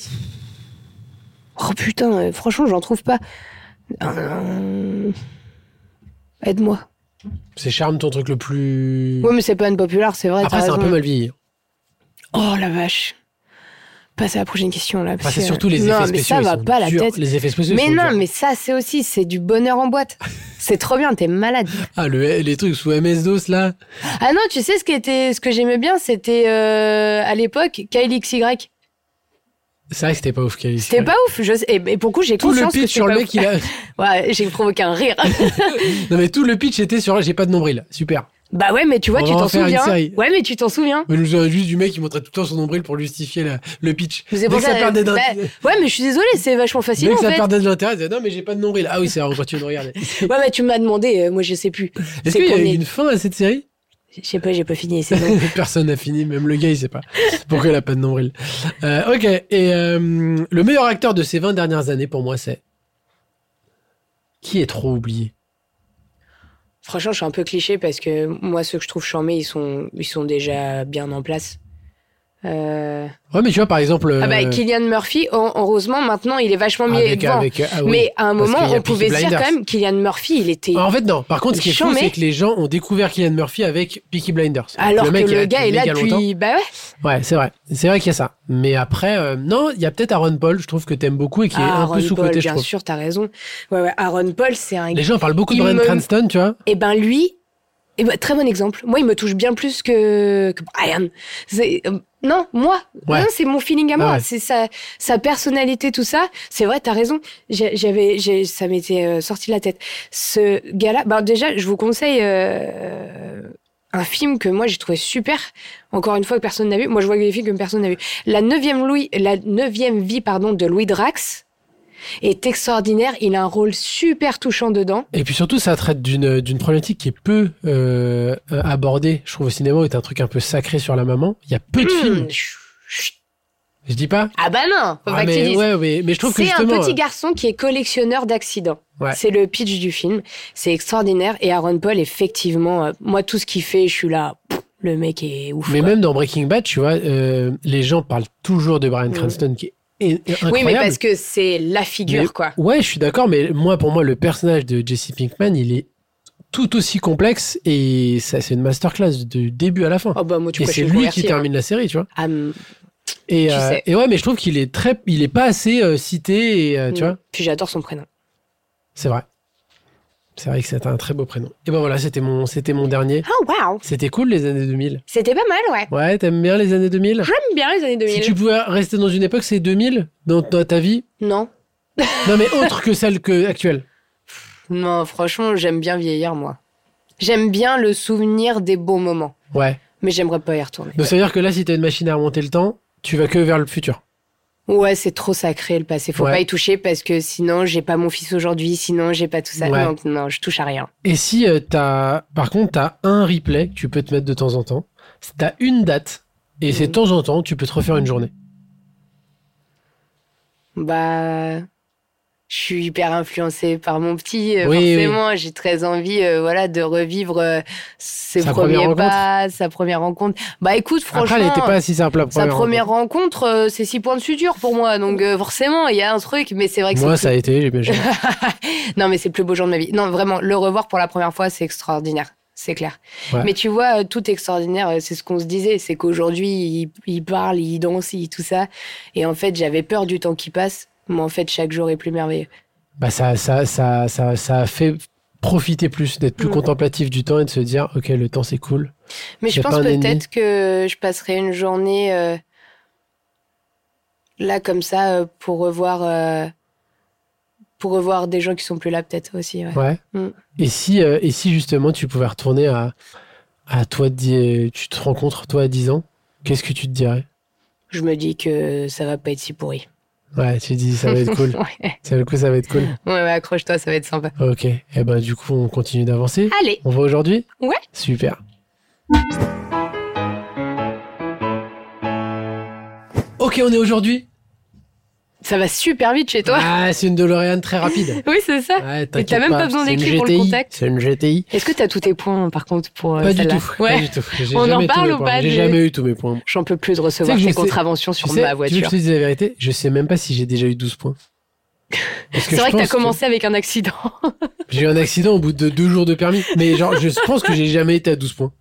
Oh putain, euh, franchement, j'en trouve pas. Euh, Aide-moi.
C'est Charme, ton truc le plus.
Oui, mais c'est pas une populaire, c'est vrai.
Après,
t'as
c'est un
raison.
peu mal vieilli.
Oh la vache. Passe à la prochaine question là.
Enfin,
parce
c'est
que-
surtout les
non,
effets
mais
spéciaux.
ça
ils
va
sont
pas la
durs.
tête.
Les effets spéciaux. ils
Mais
sont
non,
durs.
mais ça c'est aussi, c'est du bonheur en boîte. C'est trop bien, t'es malade.
Ah, le- les trucs sous MS-DOS, là.
Ah non, tu sais ce qui était, ce que j'aimais bien, c'était euh, à l'époque KLXY.
C'est vrai que c'était pas ouf, Kelly.
C'était pas ouf. Je... Et, et pour le coup, j'ai
Tout le
conscience que
pitch
c'est
sur
pas
le
ouf.
mec, il a.
Ouais, j'ai provoqué un rire.
Non, mais tout le pitch était sur j'ai pas de nombril. Super.
bah ouais, mais tu vois,
On
tu
va en
t'en
faire une
souviens.
série.
Ouais, mais tu t'en souviens.
Mais nous j'aurais juste du mec qui montrait tout le temps son nombril pour justifier la- le pitch.
Mais
Dès
c'est pour
que ça
ça,
perdait d'int-
bah, Ouais, mais je suis désolée, c'est vachement
dès
facile
que
en
ça
fait.
perdait de l'intérêt, il disait, non, mais j'ai pas de nombril. Ah oui, c'est vrai, on continue de regarder.
Ouais, mais tu m'as demandé, euh, moi je sais plus.
Est-ce
C'est
qu'il y a eu
premier.
une fin à cette série
Je sais pas, j'ai pas fini, c'est bon.
Personne n'a fini, même le gars, il sait pas. Pourquoi il a pas de nombril Euh, Ok, et euh, le meilleur acteur de ces 20 dernières années pour moi, c'est. Qui est trop oublié
Franchement, je suis un peu cliché parce que moi, ceux que je trouve charmés, ils sont, ils sont déjà bien en place. Euh,
Ouais, mais tu vois, par exemple.
Ah bah,
euh,
Kylian Murphy, heu- heureusement, maintenant, il est vachement mieux
avec,
devant.
avec- ah oui.
Mais à un
parce
moment,
qu'il y a
on pouvait
Peaky
dire quand
Blinders. Oh,
même Kylian Murphy, il était.
En fait, non. Par contre, ce qui est fou,
Chant, mais-
c'est que les gens ont découvert Kylian Murphy avec Peaky Blinders.
alors
mec
que
est
le gars est là
méga
depuis.
longtemps.
Bah ouais.
Ouais, c'est vrai. C'est vrai qu'il y a ça. Mais après, euh, non, il y a peut-être Aaron Paul, je trouve que t'aimes beaucoup et qui est un
Ah, Aaron
peu sous-côté,
Paul,
je
bien
trouve.
sûr, t'as raison. Ouais, ouais, Aaron Paul, c'est un.
Les gens parlent beaucoup de
Il
Bryan
me-
Cranston, tu vois.
Et ben lui, eh ben, très bon exemple. Moi, il me touche bien plus que, que Brian. C'est- euh, non, moi,
Ouais.
non, c'est mon feeling à moi,
Ouais.
c'est sa, sa personnalité, tout ça. C'est vrai, t'as raison. J'ai- J'avais, j'ai- ça m'était euh, sorti de la tête. Ce gars-là, bah déjà, je vous conseille euh, un film que moi j'ai trouvé super. Encore une fois, que personne n'a vu. Moi, je vois des films que personne n'a vu. La neuvième Louis, la neuvième vie, pardon, de Louis Drax est extraordinaire. Il a un rôle super touchant dedans.
Et puis surtout, ça traite d'une d'une problématique qui est peu euh, euh, abordée, je trouve, au cinéma, où est un truc un peu sacré sur la maman. Il y a peu de films.
Hmm, chut, chut.
Je dis pas.
Ah bah non, faut
Ah,
pas que tu
mais,
dises.
Hum. ouais, mais, mais je trouve que
C'est un
justement. euh,
petit garçon qui est collectionneur d'accidents.
Ouais.
C'est le pitch du film. C'est extraordinaire. Et Aaron Paul, effectivement, euh, moi, tout ce qu'il fait, je suis là. pff, Le mec est ouf.
euh, Mais
quoi.
même dans Breaking Bad, tu vois, euh, les gens parlent toujours de Bryan
Mm.
Cranston, qui est é- incroyable.
oui, mais parce que c'est la figure,
Mais-
quoi.
Ouais, je suis d'accord, mais moi, pour moi, le personnage de Jesse Pinkman, il est tout aussi complexe et ça, c'est une masterclass du début à la fin.
Oh bah, moi, tu
et
crois que
c'est
je suis
lui
convertie,
qui termine la série, tu vois.
hein. Ah, mm,
Et,
Tu
euh,
sais.
et ouais, mais je trouve qu'il est très, il est pas assez euh, cité, et, euh, tu
mm.
vois.
Puis j'adore son prénom.
C'est vrai. C'est vrai que c'est un très beau prénom. Et ben voilà, c'était mon, c'était mon dernier.
Oh, waouh
C'était cool les années 2000.
C'était pas mal, ouais.
Ouais, t'aimes bien les années 2000
J'aime bien les années 2000.
Si tu pouvais rester dans une époque, c'est 2000 dans, dans ta vie.
Non.
Non, mais autre que celle que actuelle.
Non, franchement, j'aime bien vieillir, moi. J'aime bien le souvenir des beaux moments.
Ouais.
Mais j'aimerais pas y retourner.
Donc ça veut dire que là, si t'as une machine à remonter le temps, tu vas que vers le futur.
Ouais, c'est trop sacré le passé. Faut
Ouais.
pas y toucher parce que sinon, j'ai pas mon fils aujourd'hui, sinon, j'ai pas tout ça.
Ouais.
Donc, non, je touche à rien.
Et si euh, t'as, par contre, t'as un replay que tu peux te mettre de temps en temps, t'as une date, et c'est de
Mhm.
temps en temps, tu peux te refaire une journée.
Bah. Je suis hyper influencée par mon petit, euh,
Oui, oui.
forcément. J'ai très envie, euh, voilà, de revivre euh, ses
Sa première
premiers
rencontre.
pas, sa première rencontre. Bah, écoute, franchement,
Après, elle n'était pas si simple la
sa
première.
première rencontre, euh, c'est six points de suture pour moi. Donc, euh, forcément, il y a un truc, mais c'est vrai que
rencontre.
c'est
Moi, ça a été, j'imagine.
non, mais c'est le plus beau jour de ma vie. Non, vraiment, le revoir pour la première fois, c'est extraordinaire. C'est clair.
Ouais.
Mais tu vois, euh, tout est extraordinaire, euh, c'est ce qu'on se disait. C'est qu'aujourd'hui, il, il parle, il danse, il tout ça. Et en fait, j'avais peur du temps qui passe. Mais en fait, chaque jour est plus merveilleux.
bah, ça, ça, ça, ça, ça a fait profiter plus, d'être plus
Mhm.
contemplatif du temps et de se dire, ok, le temps c'est cool.
Mais
Y
je
a pas
pense
un ennemi.
peut-être que je passerai une journée euh, là comme ça euh, pour revoir euh, pour revoir des gens qui sont plus là peut-être aussi. ouais.
Ouais.
Mm.
Et, si, euh, et si justement tu pouvais retourner à, à toi, de dix- tu te rencontres toi à 10 ans, qu'est-ce que tu te dirais
Je me dis que ça va pas être si pourri.
Ouais, tu dis ça va être cool.
ouais,
ça, le coup, ça va être cool.
ouais, ouais, accroche-toi, ça va être sympa.
Ok. Et ben du coup, on continue d'avancer.
Allez.
On va aujourd'hui
Ouais.
Super. Ok, on est aujourd'hui.
Ça va super vite chez toi.
Ah, c'est une DeLorean très rapide.
Oui, c'est ça.
Ouais,
Et
t'inquiète
t'as même pas besoin
c'est une
d'écrit pour le
GTI,
contact.
C'est une GTI.
Est-ce que t'as tous tes points, par contre, pour euh,
Pas du
celle-là
tout. Pas
Ouais.
du tout. J'ai
On en
jamais tous
parle
mes
ou
points.
pas
J'ai
des-
jamais eu tous mes points.
J'en peux plus de recevoir
Tu sais que
tes
je sais-
contraventions sur
Tu sais-
ma
Tu veux que
voiture.
je te dise la vérité Je sais même pas si j'ai déjà eu 12 points. Parce
C'est
je
vrai que
pense
t'as commencé avec un accident.
J'ai eu un accident au bout de deux jours de permis. Mais genre, je pense que j'ai jamais été à 12 points.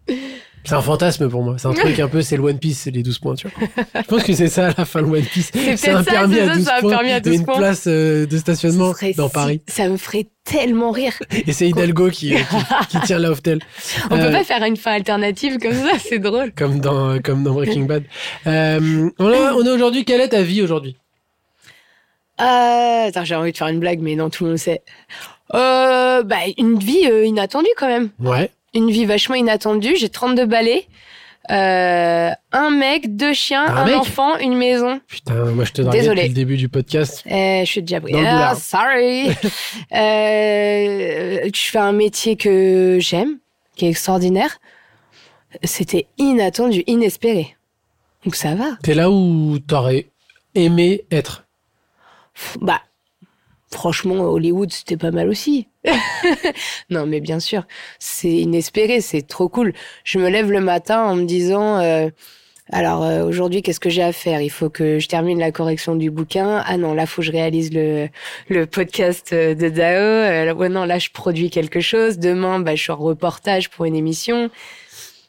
C'est un fantasme pour moi. C'est un truc un peu, c'est le One Piece, c'est les 12 points, tu vois. Je pense que c'est ça à la fin, le One Piece.
C'est
C'est un
peut-être ça,
permis
c'est
à
ça,
12
c'est un
points.
permis à
et
12
une
points.
place euh, de stationnement
Ce serait
dans
si-
Paris.
Ça me ferait tellement rire.
Et c'est Hidalgo qui, euh, qui, qui tient la hôtel.
On
Euh,
peut pas faire une fin alternative comme ça, c'est drôle.
Comme dans, comme dans Breaking Bad. Euh, on, a- on est aujourd'hui, quelle est ta vie aujourd'hui
Euh, attends, j'ai envie de faire une blague, mais non, tout le monde sait. Euh, bah, une vie euh, inattendue quand même.
Ouais.
Une vie vachement inattendue. J'ai 32 balais. Euh, un mec, deux chiens,
Un
un,
mec
enfant, une maison.
Putain, moi je te draguais
Désolée.
depuis le début du podcast.
Euh, je suis déjà pris.
Dans le
Ah,
boulard.
sorry. euh, je fais un métier que j'aime, qui est extraordinaire. C'était inattendu, inespéré. Donc ça va.
T'es là où t'aurais aimé être.
Pff, Bah, franchement, Hollywood, c'était pas mal aussi. non, mais bien sûr, c'est inespéré, c'est trop cool. Je me lève le matin en me disant, euh, alors euh, aujourd'hui, qu'est-ce que j'ai à faire Il faut que je termine la correction du bouquin. Ah non, là, faut que je réalise le, le podcast euh, de Dao. Euh, ouais, non, là, je produis quelque chose. Demain, bah, je suis en reportage pour une émission.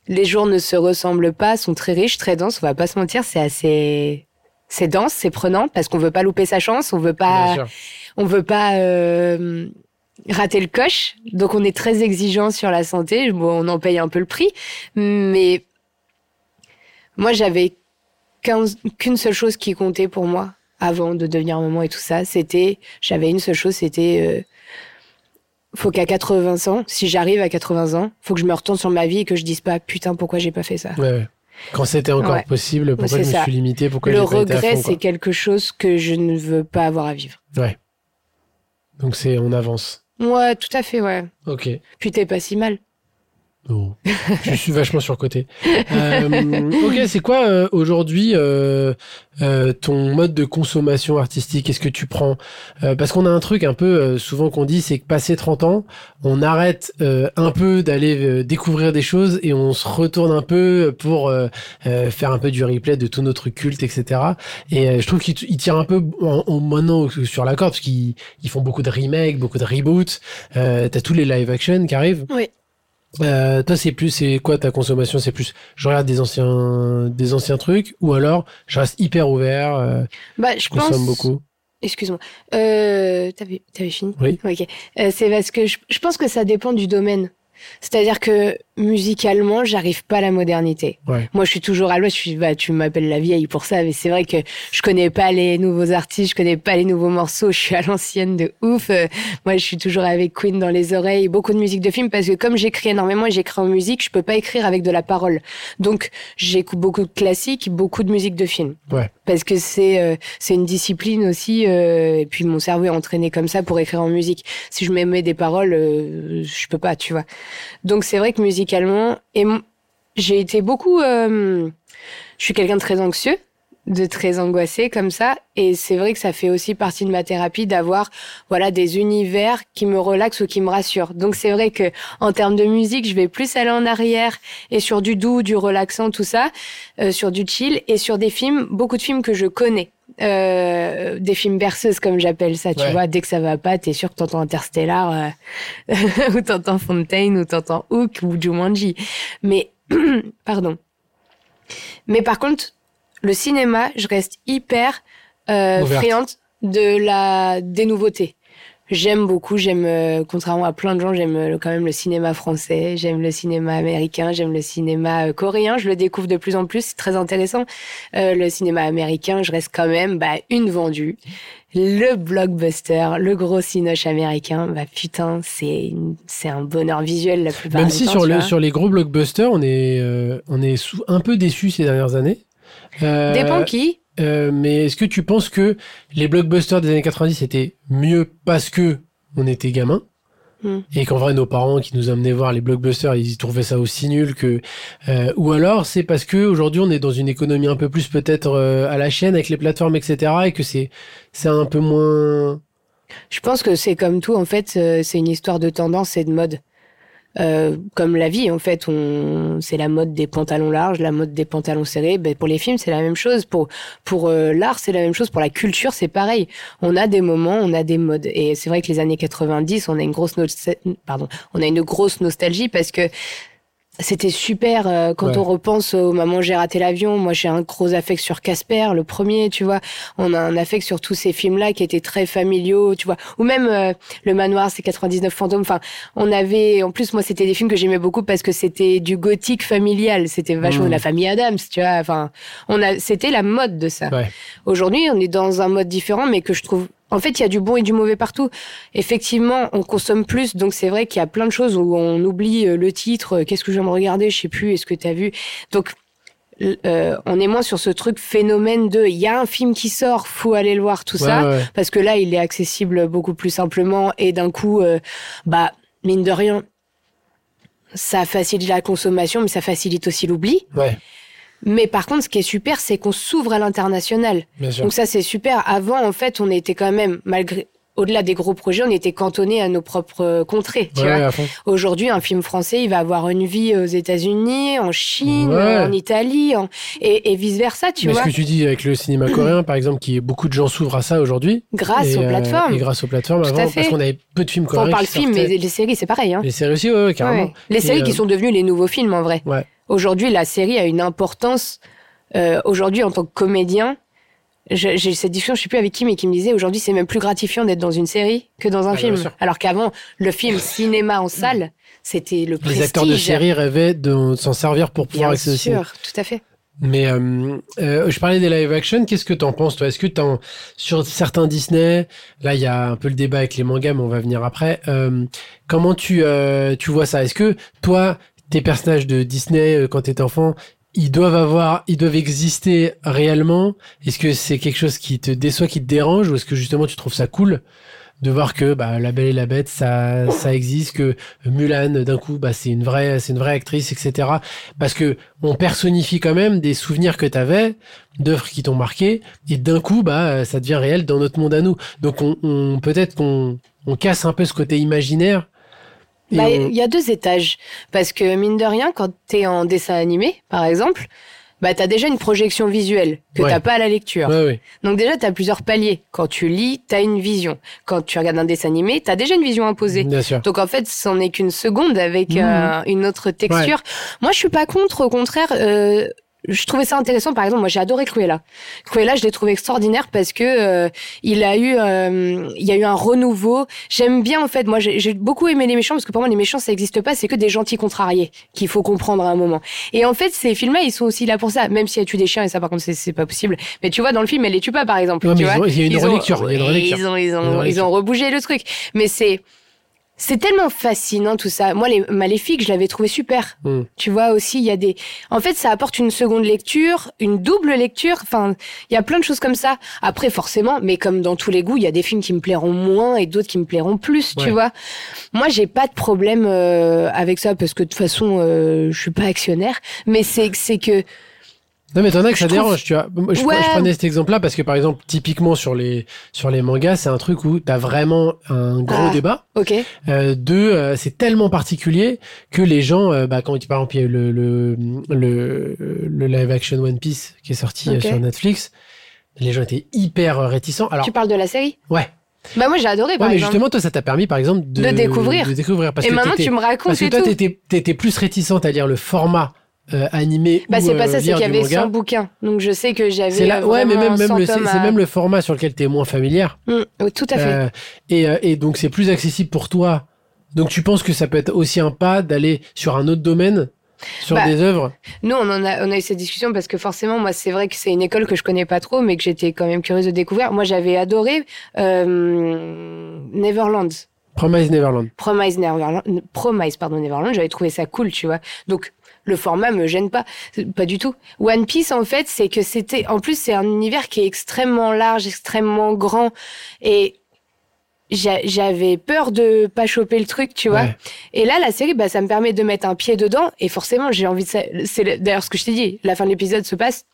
Les jours ne se ressemblent pas, sont très riches, très denses. On va pas se mentir, c'est assez, c'est dense, c'est prenant parce qu'on veut pas louper sa chance, on veut pas
Bien sûr.
on veut pas euh, rater le coche, donc on est très exigeant sur la santé. Bon, on en paye un peu le prix, mais moi j'avais qu'un- qu'une seule chose qui comptait pour moi avant de devenir maman et tout ça. C'était, j'avais une seule chose, c'était euh, faut qu'à 80 ans, si j'arrive à 80 ans, faut que je me retourne sur ma vie et que je dise pas putain pourquoi j'ai pas fait ça.
Ouais, ouais. Quand c'était encore
Ouais.
possible, pourquoi
C'est
je me
ça.
suis limité Pourquoi
le
j'ai pas été à
regret,
fond, quoi.
c'est quelque chose que je ne veux pas avoir à vivre.
Ouais. Donc c'est on avance.
Ouais, tout à fait, ouais.
Ok.
Puis t'es pas si mal.
Non. je suis vachement surcoté. Euh, ok, c'est quoi euh, aujourd'hui euh, euh, ton mode de consommation artistique Est-ce que tu prends euh, Parce qu'on a un truc un peu euh, souvent qu'on dit, c'est que passé 30 ans, on arrête euh, un peu d'aller euh, découvrir des choses et on se retourne un peu pour euh, euh, faire un peu du replay de tout notre culte, etc. Et euh, je trouve qu'ils t- ils tirent un peu en, en- maintenant sur la corde parce qu'ils ils font beaucoup de remakes, beaucoup de reboots. Euh, T'as tous les live action qui arrivent.
Oui.
Euh, toi, c'est plus, c'est quoi ta consommation C'est plus, je regarde des anciens, des anciens trucs, ou alors je reste hyper ouvert, euh,
Bah, je
je consomme
pense...
beaucoup.
Excuse-moi. Euh, T'avais t'avais fini
Oui.
Ok. Euh, c'est parce que je, je pense que ça dépend du domaine. C'est-à-dire que musicalement, j'arrive pas à la modernité.
Ouais.
Moi, je suis toujours à l'ouest. Je suis, bah, tu m'appelles la vieille pour ça, mais c'est vrai que je connais pas les nouveaux artistes, je connais pas les nouveaux morceaux. Je suis à l'ancienne de ouf. Euh, moi, je suis toujours avec Queen dans les oreilles, beaucoup de musique de film, parce que comme j'écris énormément et j'écris en musique, je peux pas écrire avec de la parole. Donc, j'écoute beaucoup de classiques, beaucoup de musique de film.
Ouais.
Parce que c'est euh, c'est une discipline aussi. euh, et puis mon cerveau est entraîné comme ça pour écrire en musique. Si je m'aimais des paroles, euh, je peux pas, tu vois. Donc c'est vrai que musicalement, et mon- j'ai été beaucoup. euh, je suis quelqu'un de très anxieux, de très angoissé comme ça, et c'est vrai que ça fait aussi partie de ma thérapie d'avoir voilà des univers qui me relaxent ou qui me rassurent. Donc c'est vrai que en termes de musique, je vais plus aller en arrière et sur du doux, du relaxant, tout ça, euh, sur du chill et sur des films, beaucoup de films que je connais. Euh, des films berceuses comme j'appelle ça tu
Ouais.
vois dès que ça va pas t'es sûr que t'entends Interstellar euh, ou t'entends Fontaine, ou t'entends Hook, ou Jumanji. Mais, pardon. Mais par contre, le cinéma, je reste hyper euh,
Ouverte.
friante de la, des nouveautés. J'aime beaucoup, j'aime, euh, contrairement à plein de gens, j'aime euh, quand même le cinéma français, j'aime le cinéma américain, j'aime le cinéma euh, coréen, je le découvre de plus en plus, c'est très intéressant. Euh, le cinéma américain, je reste quand même bah, une vendue le blockbuster, le gros cinoche américain, bah putain, c'est une- c'est un bonheur visuel la plupart
Même
du
si
temps,
sur,
tu
le,
vois.
sur les gros blockbusters, on est, euh, on est sous- un peu déçus ces dernières années. Euh,
Dépend qui
euh, mais est-ce que tu penses que les blockbusters des années 90 étaient mieux parce que on était gamin
Hmm.
et qu'en vrai nos parents qui nous amenaient voir les blockbusters ils y trouvaient ça aussi nul que euh, ou alors c'est parce que aujourd'hui on est dans une économie un peu plus peut-être euh, à la chaîne avec les plateformes etc et que c'est c'est un peu moins
Je pense que c'est comme tout, en fait, euh, c'est une histoire de tendance et de mode. Euh, comme la vie, en fait, on c'est la mode des pantalons larges, la mode des pantalons serrés. Ben, pour les films, c'est la même chose. Pour pour euh, l'art, c'est la même chose. Pour la culture, c'est pareil. On a des moments, on a des modes. Et c'est vrai que les années 90, on a une grosse nostal- pardon, on a une grosse nostalgie parce que c'était super euh, quand
Ouais.
on repense au maman j'ai raté l'avion. Moi, j'ai un gros affect sur Casper, le premier, tu vois. On a un affect sur tous ces films-là qui étaient très familiaux, tu vois. Ou même euh, le manoir, c'est 99 fantômes. Enfin, on avait, en plus, moi, c'était des films que j'aimais beaucoup parce que c'était du gothique familial. C'était vachement
Mm.
la famille Adams, tu vois. Enfin, on a, c'était la mode de ça.
Ouais.
Aujourd'hui, on est dans un mode différent, mais que je trouve En fait, il y a du bon et du mauvais partout. Effectivement, on consomme plus, donc c'est vrai qu'il y a plein de choses où on oublie euh, le titre, euh, qu'est-ce que je viens de regarder, je sais plus, est-ce que tu as vu. Donc, l- euh, on est moins sur ce truc phénomène de il y a un film qui sort, faut aller le voir, tout
Ouais,
ça.
ouais.
Parce que là, il est accessible beaucoup plus simplement et d'un coup, euh, bah, mine de rien, ça facilite la consommation, mais ça facilite aussi l'oubli.
Ouais,
Mais par contre, ce qui est super, c'est qu'on s'ouvre à l'international.
bien sûr.
Donc ça, c'est super. Avant, en fait, on était quand même, malgré, au-delà des gros projets, on était cantonné à nos propres euh, contrées. Tu
Ouais,
vois
à fond.
Aujourd'hui, un film français, il va avoir une vie aux États-Unis, en Chine,
Ouais.
en Italie, en- et, et vice versa, tu
Mais
vois,
ce que tu dis avec le cinéma coréen, par exemple, qui beaucoup de gens s'ouvrent à ça aujourd'hui.
grâce
et,
aux
euh,
plateformes.
et grâce aux plateformes
Tout à
avant,
fait.
parce qu'on avait peu de films coréens.
on parle
qui
film, mais
sortaient.
les séries, c'est pareil. Hein.
Les séries aussi, ouais, ouais, carrément.
Ouais. Les
Et,
séries
euh,
qui sont devenues les nouveaux films, en vrai.
Ouais.
Aujourd'hui, la série a une importance. euh, aujourd'hui, en tant que comédien, je- j'ai eu cette discussion, je sais plus avec qui, mais qui me disait aujourd'hui, c'est même plus gratifiant d'être dans une série que dans un
Ah,
film.
bien sûr.
Alors qu'avant, le film cinéma en salle, c'était le prestige.
Les acteurs de séries rêvaient de s'en servir pour pouvoir
Bien
accéder au cinéma.
sûr, tout à fait.
Mais euh, euh, je parlais des live action, qu'est-ce que t'en penses toi Est-ce que t'en sur certains Disney, là il y a un peu le débat avec les mangas, mais on va venir après. euh, comment tu euh, tu vois ça Est-ce que toi tes personnages de Disney euh, quand t'étais enfant, ils doivent avoir, ils doivent exister réellement Est-ce que c'est quelque chose qui te déçoit, qui te dérange, ou est-ce que justement tu trouves ça cool de voir que bah, La Belle et la Bête ça ça existe, que Mulan d'un coup bah c'est une vraie c'est une vraie actrice etc. Parce que on personnifie quand même des souvenirs que t'avais, d'œuvres qui t'ont marqué, et d'un coup, bah, euh, ça devient réel dans notre monde à nous. Donc, on, on- peut-être qu'on on casse un peu ce côté imaginaire. et
Bah, Il
on-
y a deux étages. Parce que, mine de rien, quand tu es en dessin animé, par exemple, bah, tu as déjà une projection visuelle que
Ouais.
t'as pas à la lecture.
Ouais, ouais.
Donc déjà, tu as plusieurs paliers. Quand tu lis, tu as une vision. Quand tu regardes un dessin animé, tu as déjà une vision imposée.
Bien sûr. Mmh.
Donc en fait, c'en est qu'une seconde avec euh, une autre texture. Moi, je suis pas contre, au contraire. euh, je trouvais ça intéressant. Par exemple, moi, j'ai adoré Cruella. Cruella, je l'ai trouvé extraordinaire parce que euh, il a eu, euh, il y a eu un renouveau. J'aime bien en fait. Moi, j'ai j'ai beaucoup aimé les méchants parce que pour moi, les méchants, ça n'existe pas. C'est que des gentils contrariés qu'il faut comprendre à un moment. Et en fait, ces films-là, ils sont aussi là pour ça. Même si elle tue des chiens et ça, par contre, c'est- c'est pas possible. Mais tu vois, dans le film, elle les tue pas, par exemple.
Ouais, mais
tu
ils
vois
ont- il y a une
ils ont-
relecture. Il y a une
ouais,
relecture.
Ils ont, ils
Il y a une
ont, ils
relecture.
ont rebougé le truc. Mais c'est, c'est tellement fascinant tout ça. Moi, les Maléfiques, je l'avais trouvé super.
Mm.
Tu vois aussi, il y a des. En fait, ça apporte une seconde lecture, une double lecture. Enfin, il y a plein de choses comme ça. Après, forcément, mais comme dans tous les goûts, il y a des films qui me plairont moins et d'autres qui me plairont plus.
Ouais.
Tu vois. Moi, j'ai pas de problème euh, avec ça parce que de toute façon, euh, je suis pas actionnaire. Mais c'est c'est que
Non, mais t'en as que
Je
ça
trouve-
dérange, tu vois. Moi, Je,
Ouais.
je prenais cet exemple-là parce que, par exemple, typiquement sur les, sur les mangas, c'est un truc où t'as vraiment un gros
Ah.
débat.
ok.
Euh, deux, euh, c'est tellement particulier que les gens, euh, bah, quand par exemple il y a eu le, le, le, le live action One Piece qui est sorti euh,
Ok.
sur Netflix, les gens étaient hyper euh, réticents. Alors,
Tu parles de la série.
ouais, ouais,
Bah moi, j'ai adoré. par
mais
exemple.
justement, toi, ça t'a permis par exemple de,
De découvrir.
de découvrir. parce
et
que
maintenant,
t'étais-
tu me racontes
Parce que
et
toi,
tout.
t'étais étais plus réticente à lire le format euh, animé.
Bah,
ou,
c'est pas
euh,
ça, c'est
lire
qu'il y
du
avait 100
manga.
bouquins. Donc, je sais que j'avais.
C'est là,
euh,
ouais, mais
vraiment
même, même
100
le, c'est
tomes
c'est
à-
même le format sur lequel t'es moins familière.
Mm, oui, tout à fait.
Euh, et, euh, et donc c'est plus accessible pour toi. Donc tu penses que ça peut être aussi un pas d'aller sur un autre domaine, sur
Bah,
des œuvres
Nous, on, en a, on a eu cette discussion parce que forcément, moi, c'est vrai que c'est une école que je connais pas trop, mais que j'étais quand même curieuse de découvrir. Moi, j'avais adoré euh, Neverland.
Promise Neverland.
Promise Neverland, Promise, pardon, Neverland, j'avais trouvé ça cool, tu vois. Donc, le format me gêne pas, C'est- pas du tout. One Piece, en fait, c'est que c'était, en plus, c'est un univers qui est extrêmement large, extrêmement grand, et j'a- j'avais peur de pas choper le truc, tu vois.
Ouais.
Et là, la série, bah, ça me permet de mettre un pied dedans, et forcément, j'ai envie de ça. C'est le- d'ailleurs ce que je t'ai dit. La fin de l'épisode se passe.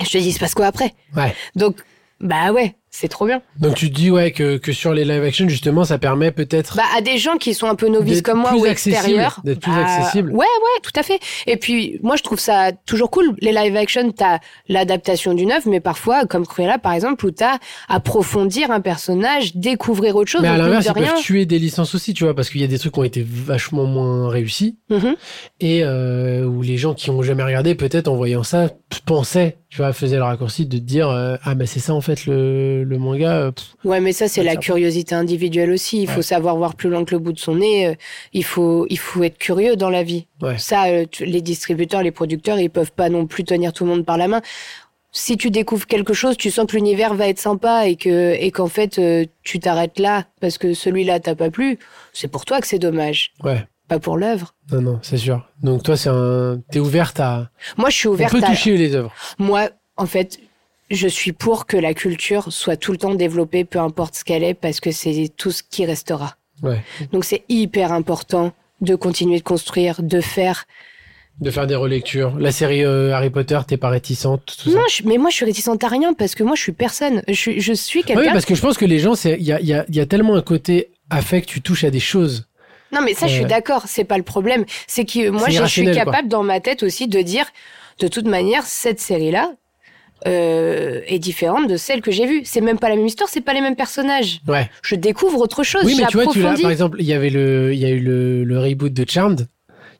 Je te dis, il se passe quoi après
Ouais.
Donc, bah ouais, c'est trop bien.
Donc tu te dis ouais que, que sur les live action justement ça permet peut-être
Bah, à des gens qui sont un peu novices
D'être
comme moi
plus
ou
accessible,
extérieurs.
d'être plus
bah,
accessible.
Ouais, ouais, tout à fait. Et puis, moi, je trouve ça toujours cool. Les live action, t'as l'adaptation d'une œuvre, mais parfois, comme Cruella, par exemple, où t'as approfondir un personnage, découvrir autre chose.
mais à
donc, mine
l'inverse
de
ils
rien.
peuvent tuer des licences aussi tu vois parce qu'il y a des trucs qui ont été vachement moins réussis
Mhm.
et euh, où les gens qui ont jamais regardé peut-être en voyant ça pensaient tu vois faisaient le raccourci de dire euh, ah mais c'est ça en fait le, le manga euh, pff.
Ouais, mais ça, c'est
Ouais,
la
ça.
curiosité individuelle aussi. Il faut
Ouais.
savoir voir plus loin que le bout de son nez. euh, Il faut, il faut être curieux dans la vie.
Ouais.
Ça, euh, tu- les distributeurs, les producteurs, ils peuvent pas non plus tenir tout le monde par la main. si tu découvres quelque chose, tu sens que l'univers va être sympa et que et qu'en fait euh, tu t'arrêtes là parce que celui-là t'a pas plu, c'est pour toi que c'est dommage,
Ouais.
pas pour l'œuvre.
Non, non, c'est sûr. Donc toi, c'est un. T'es ouverte à.
Moi, je suis
On
ouverte
peut
à
toucher les œuvres.
moi en fait je suis pour que la culture soit tout le temps développée, peu importe ce qu'elle est, parce que c'est tout ce qui restera.
Ouais.
Donc c'est hyper important de continuer de construire, de faire.
De faire des relectures. La série euh, Harry Potter, t'es pas réticente, tout ça.
Non, je- mais moi je suis réticente à rien parce que moi je suis personne. Je, suis- je suis
Oui, bah,
quelqu'un.
parce que je pense que les gens, c'est- il y a, il y a- il y a tellement un côté affect, tu touches à des choses.
Non, mais ça je suis
Ouais.
d'accord, c'est pas le problème. C'est que moi
euh, C'est
je suis
irrationnel, quoi.
capable dans ma tête aussi de dire, de toute manière, cette série là. euh, est différente de celle que j'ai vue. C'est même pas la même histoire, c'est pas les mêmes personnages.
Ouais.
Je découvre autre chose,
oui, mais tu vois, tu l'as.
j'approfondis.
Par exemple, il y avait le, il y a eu le, le reboot de Charmed.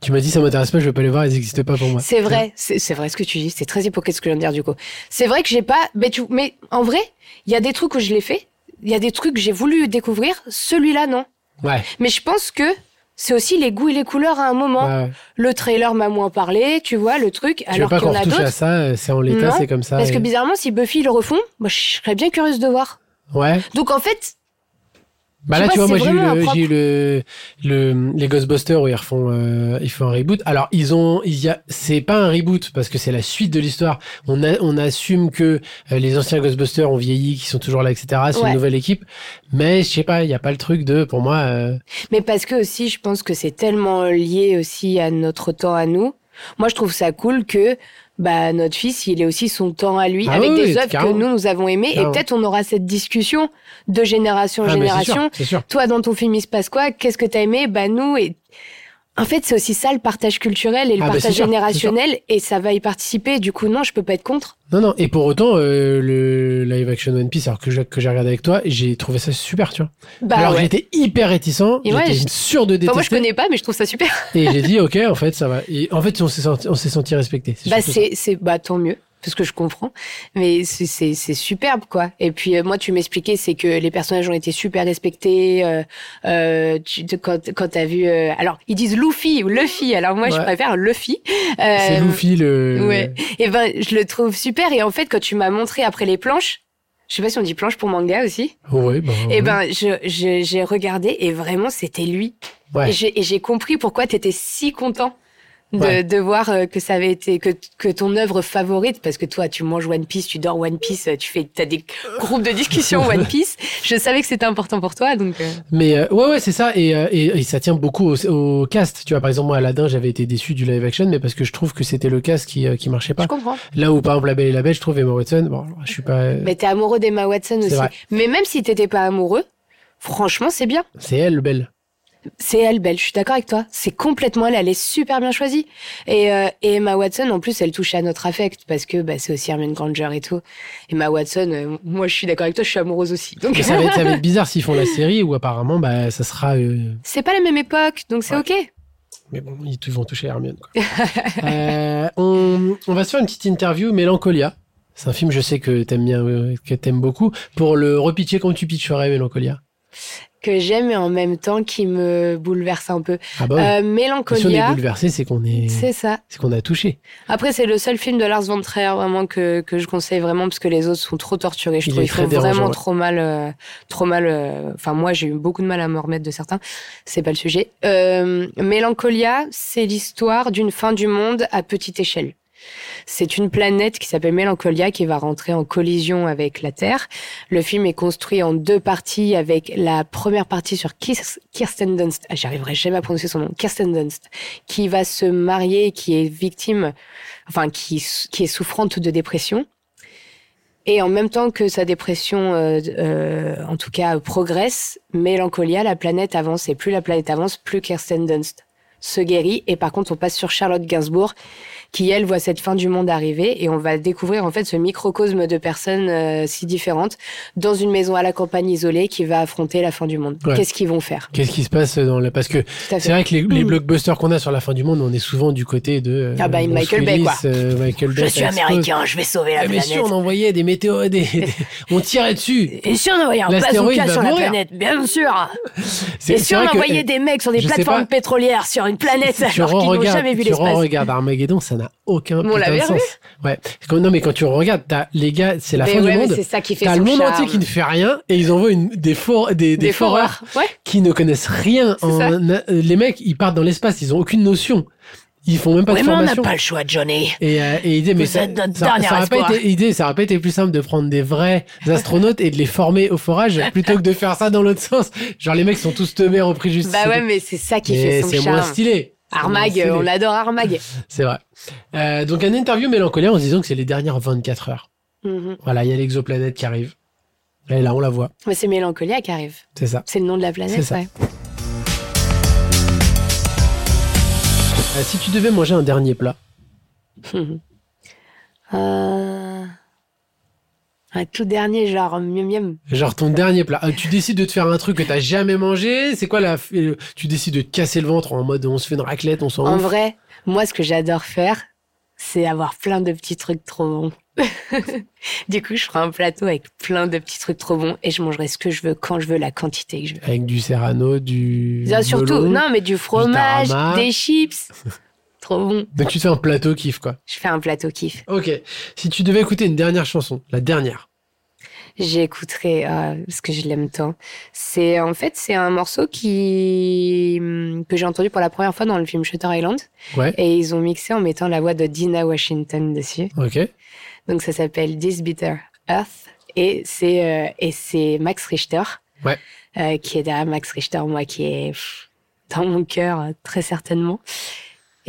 Tu m'as dit, ça m'intéresse pas, je vais pas les voir, ils existent pas pour moi.
C'est vrai, c'est c'est vrai ce que tu dis. C'est très hypocrite ce que je viens de dire du coup. C'est vrai que j'ai pas, mais tu, mais en vrai, il y a des trucs où je l'ai fait, il y a des trucs que j'ai voulu découvrir. Celui-là non.
Ouais.
Mais je pense que c'est aussi les goûts et les couleurs à un moment.
ouais, ouais.
Le trailer m'a moins parlé, tu vois, le
Tu
truc.
veux
alors
pas
qu'il y
qu'on
en a
retouche à
d'autres.
ça, euh, c'est en l'état,
Non,
c'est comme ça.
Parce
et-
que bizarrement, si Buffy le refont, moi je serais bien curieuse de voir.
Ouais.
Donc en fait,
Bah
Je
là,
sais
tu
pas,
vois, moi,
c'est
j'ai eu,
vraiment
le,
impropre.
j'ai eu le, le- les Ghostbusters où ils refont, euh, ils font un reboot. Alors, ils ont, il y a, c'est pas un reboot parce que c'est la suite de l'histoire. On a, on assume que euh, les anciens Ghostbusters ont vieilli, qu'ils sont toujours là, etc. C'est
Ouais.
une nouvelle équipe. Mais je sais pas, il y a pas le truc de, pour moi, euh,
Mais parce que aussi, je pense que c'est tellement lié aussi à notre temps à nous. Moi, je trouve ça cool que bah, notre fils, il ait aussi son temps à lui,
Ah
avec
oui, oui,
des œuvres que
carrément.
nous, nous avons aimées. Et
Carrément.
peut-être on aura cette discussion de génération en
ah, mais c'est sûr,
génération.
c'est sûr.
Toi, dans ton film, il se passe quoi Qu'est-ce que t'as aimé Bah nous, et... en fait, c'est aussi ça le partage culturel et le
Ah, bah, c'est
partage
sûr, c'est
générationnel. Et ça va y participer. Du coup, non, je peux pas être contre.
Non, non. Et pour autant, euh, le live action One Piece, alors que j'ai, que j'ai regardé avec toi, j'ai trouvé ça super, tu vois.
Bah
alors,
ouais.
j'étais hyper réticent.
Et ouais,
j'étais
je-
sûr de détester.
Enfin, moi, je connais pas, mais je trouve ça super.
Et j'ai dit, ok, en fait, ça va. Et en fait, on s'est senti, on s'est senti respecté.
Bah
surtout ça.
c'est c'est bah tant mieux parce que je comprends mais c'est- c'est c'est superbe quoi et puis euh, moi tu m'expliquais c'est que les personnages ont été super respectés euh, euh, tu, tu- quand quand t'as vu euh, alors ils disent Luffy ou Luffy alors moi je
Ouais.
préfère Luffy
C'est
Euh,
Luffy le.
ouais et ben je le trouve super et en fait quand tu m'as montré après les planches je sais pas si on dit planche pour manga aussi
Ouais, bah,
et
ouais.
ben je je- j'ai regardé et vraiment c'était lui
Ouais.
et j'ai et j'ai compris pourquoi tu étais si content de,
Ouais.
de voir euh, que ça avait été que, que ton œuvre favorite parce que toi tu manges One Piece, tu dors One Piece, euh, tu fais t'as des groupes de discussion One Piece. Je savais que c'était important pour toi donc euh,
Mais euh, ouais, ouais, c'est ça. Et, euh, et, et ça tient beaucoup au, au cast. Tu vois, par exemple, moi, Aladdin, j'avais été déçu du live action, mais parce que je trouve que c'était le cast qui, euh, qui marchait
je
pas.
comprends.
Là où, par exemple, La Belle et la Belle, je trouve Emma Watson. Bon, alors, je suis pas. euh,
Mais t'es amoureux d'Emma Watson
C'est
aussi.
vrai.
Mais même si t'étais pas amoureux, franchement c'est bien.
C'est elle, le belle.
C'est elle belle, je suis d'accord avec toi. C'est complètement elle, elle est super bien choisie. Et, euh, et Emma Watson, en plus, elle touche à notre affect parce que bah, c'est aussi Hermione Granger et tout. Emma Watson, euh, moi je suis d'accord avec toi, je suis amoureuse aussi. Donc
Et ça va être, ça va être bizarre s'ils font la série où apparemment, bah, ça sera. euh,
c'est pas la même époque, donc c'est
Ouais.
ok.
Mais bon, ils t- vont toucher Hermione. Quoi. Euh, on, on va se faire une petite interview Mélancolia. C'est un film, je sais que t'aimes bien, euh, que t'aimes beaucoup. Pour le repitcher, quand tu pitcherais Mélancolia
Que j'aime et en même temps qui me bouleverse un peu.
Ah bah oui.
Euh,
si on est
Mélancolia,
bouleversé, c'est qu'on est,
c'est ça.
c'est qu'on a touché.
Après, c'est le seul film de Lars von Trier vraiment que, que je conseille vraiment parce que les autres sont trop torturés. Je
Il
trouve
est
ils font
très dérangeant,
vraiment
ouais.
trop mal, euh, trop mal. euh, Enfin, moi, j'ai eu beaucoup de mal à me remettre de certains. C'est pas le sujet. Euh, Mélancolia, c'est l'histoire d'une fin du monde à petite échelle. C'est une planète qui s'appelle Mélancolia qui va rentrer en collision avec la Terre. Le film est construit en deux parties avec la première partie sur Kirs- Kirsten Dunst. Ah, J'arriverai jamais à prononcer son nom. Kirsten Dunst, qui va se marier, qui est victime, enfin, qui, sou- qui est souffrante de dépression. Et en même temps que sa dépression, euh, euh, en tout cas, progresse, Mélancolia, la planète avance. Et plus la planète avance, plus Kirsten Dunst se guérit. Et par contre, on passe sur Charlotte Gainsbourg, qui, elle, voit cette fin du monde arriver. Et on va découvrir, en fait, ce microcosme de personnes euh, si différentes dans une maison à la campagne isolée qui va affronter la fin du monde.
Ouais.
Qu'est-ce qu'ils vont faire
Qu'est-ce qui se passe dans la Parce que
Tout à
c'est
fait.
vrai que les, les blockbusters qu'on a sur la fin du monde, on est souvent du côté de euh,
Hmm. Ah bah,
Bruce
Michael Bay,
Willis,
quoi.
euh, Michael Bay, ça explose.
je vais sauver
Ah, mais si on envoyait des météores, des- des- on tirait dessus.
Et si on envoyait un
L'astéroïde bazooka va sur la mourir.
bien sûr
C'est- c'est vrai que- euh,
des mecs sur des
je sais plateformes
pétrolières sur une planète
tu
alors qu'ils n'ont
re-regardes-
jamais vu
tu
l'espace.
regardes Armageddon, ça n'a aucun
Mais on
putain
l'avait
de sens. Ouais. Quand- non, mais quand tu regardes, t'as- les gars, c'est la
Mais
fin
ouais,
du
mais
monde.
c'est ça qui fait
T'as
son
le monde
charme.
entier qui hein. ne fait rien et ils envoient une, des, for- des, des
des
foreurs
foreurs. Ouais.
qui ne connaissent rien.
C'est ça.
euh, les mecs, ils partent dans l'espace, ils ont aucune notion. Ils font même pas
Ouais,
de
mais on n'a
formation.
pas le choix, Johnny.
Et, euh, et il dit, mais ça,
êtes notre
ça,
dernier
ça aurait pas
espoir.
été, il dit, ça aurait pas été plus simple de prendre des vrais astronautes et de les former au forage plutôt que de faire ça dans l'autre sens. Genre, les mecs sont tous teubés au prix juste.
Bah ouais, mais c'est ça qui
Mais
fait son
c'est moins
charme.
stylé. C'est moins
Armag,
stylé.
on adore Armag.
C'est vrai. Euh, donc, un interview mélancolique en se disant que c'est les dernières 24 heures.
Mhm.
Voilà, il y a l'exoplanète qui arrive. Et là, on la voit.
Mais c'est Mélancolia qui arrive.
C'est ça.
C'est le nom de la
C'est
planète,
ça.
ouais.
Euh, si tu devais manger un dernier plat,
Euh, Un tout dernier, genre miam miam.
genre ton dernier plat, euh, tu décides de te faire un truc que t'as jamais mangé, c'est quoi la. f- euh, Tu décides de te casser le ventre en mode on se fait une raclette, on s'en
En
ouf.
vrai, moi, ce que j'adore faire, c'est avoir plein de petits trucs trop bons. du coup, je ferai un plateau avec plein de petits trucs trop bons et je mangerai ce que je veux, quand je veux, la quantité que je veux.
Avec du serrano, du.
Bien, surtout,
melon.
non, mais du fromage,
tarama.
des chips. trop bon.
Donc tu te fais un plateau kiff, quoi.
Je fais un plateau kiff.
Ok. Si tu devais écouter une dernière chanson, la dernière.
J'écouterai, ah, parce que je l'aime tant. C'est en fait c'est un morceau qui hum, que j'ai entendu pour la première fois dans le film Shutter Island
Ouais.
et ils ont mixé en mettant la voix de Dina Washington dessus.
Ok.
Donc ça s'appelle This Bitter Earth et c'est euh, et c'est Max Richter
Ouais.
euh, qui est derrière Max Richter moi qui est pff, dans mon cœur euh, très certainement.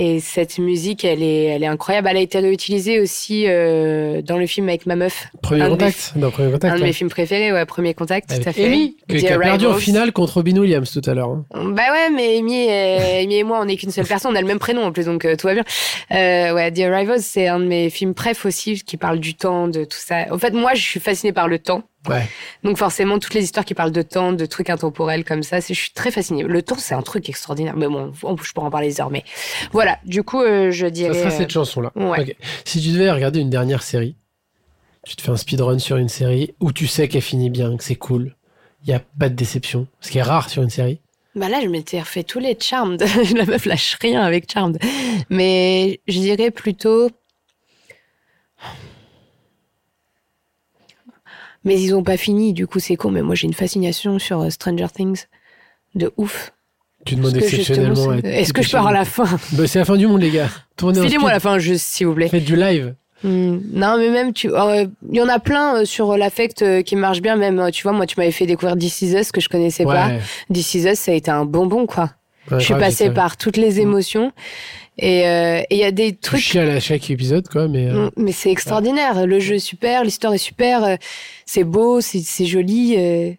Et cette musique, elle est, elle est incroyable. Elle a été réutilisée aussi euh, dans le film avec ma meuf,
Premier
Un de
contact. Dans premier
un
contact.
de
ouais.
mes films préférés, ouais, Premier Contact,
Avec
tout à fait.
Amy, que-
The
qui a perdu en
Arrivals.
finale contre Robin Williams tout à l'heure. hein.
Bah ouais, mais Amy et, Amy et moi, on n'est qu'une seule personne, on a le même prénom en plus, donc euh, tout va bien. Euh, ouais, The Arrivals, c'est un de mes films préf aussi, qui parle du temps, de tout ça. En fait, moi, je suis fascinée par le temps.
Ouais.
Donc forcément, toutes les histoires qui parlent de temps, de trucs intemporels comme ça, c'est- je suis très fascinée. Le temps, c'est un truc extraordinaire. Mais bon, on- je pourrais en parler des heures, mais voilà. Du coup, euh, je
Ça
dirais...
sera
euh,
cette chanson-là.
ouais.
Ok. Si tu devais regarder une dernière série, tu te fais un speedrun sur une série où tu sais qu'elle finit bien, que c'est cool, il n'y a pas de déception, ce qui est rare sur une série.
Bah là, je m'étais refait tous les Charmed. La meuf lâche rien avec Charmed. Mais je dirais plutôt. Mais ils ont pas fini, du coup, c'est con. Mais moi, j'ai une fascination sur euh, Stranger Things. De ouf.
Tu demandes
Parce que justement,
exceptionnellement.
c'est- Est-ce que je pars à la fin
Bah, c'est la fin du monde, les gars. Tournez en
Filez-moi
speed.
la fin, juste, s'il vous plaît.
Faites du live.
Hmm, Non, mais même, tu. oh, euh, Il y en a plein euh, sur euh, l'affect euh, qui marche bien. Même, euh, tu vois, moi, tu m'avais fait découvrir This Is Us que je connaissais pas. This Is Us, ça a été un bonbon, quoi. Je suis passée par toutes les émotions et euh, et il y a des
Je
trucs.
à chaque épisode, quoi, mais. euh,
Mm, Mais c'est extraordinaire. Le jeu est super, l'histoire est super, euh, c'est beau, c'est c'est joli. euh,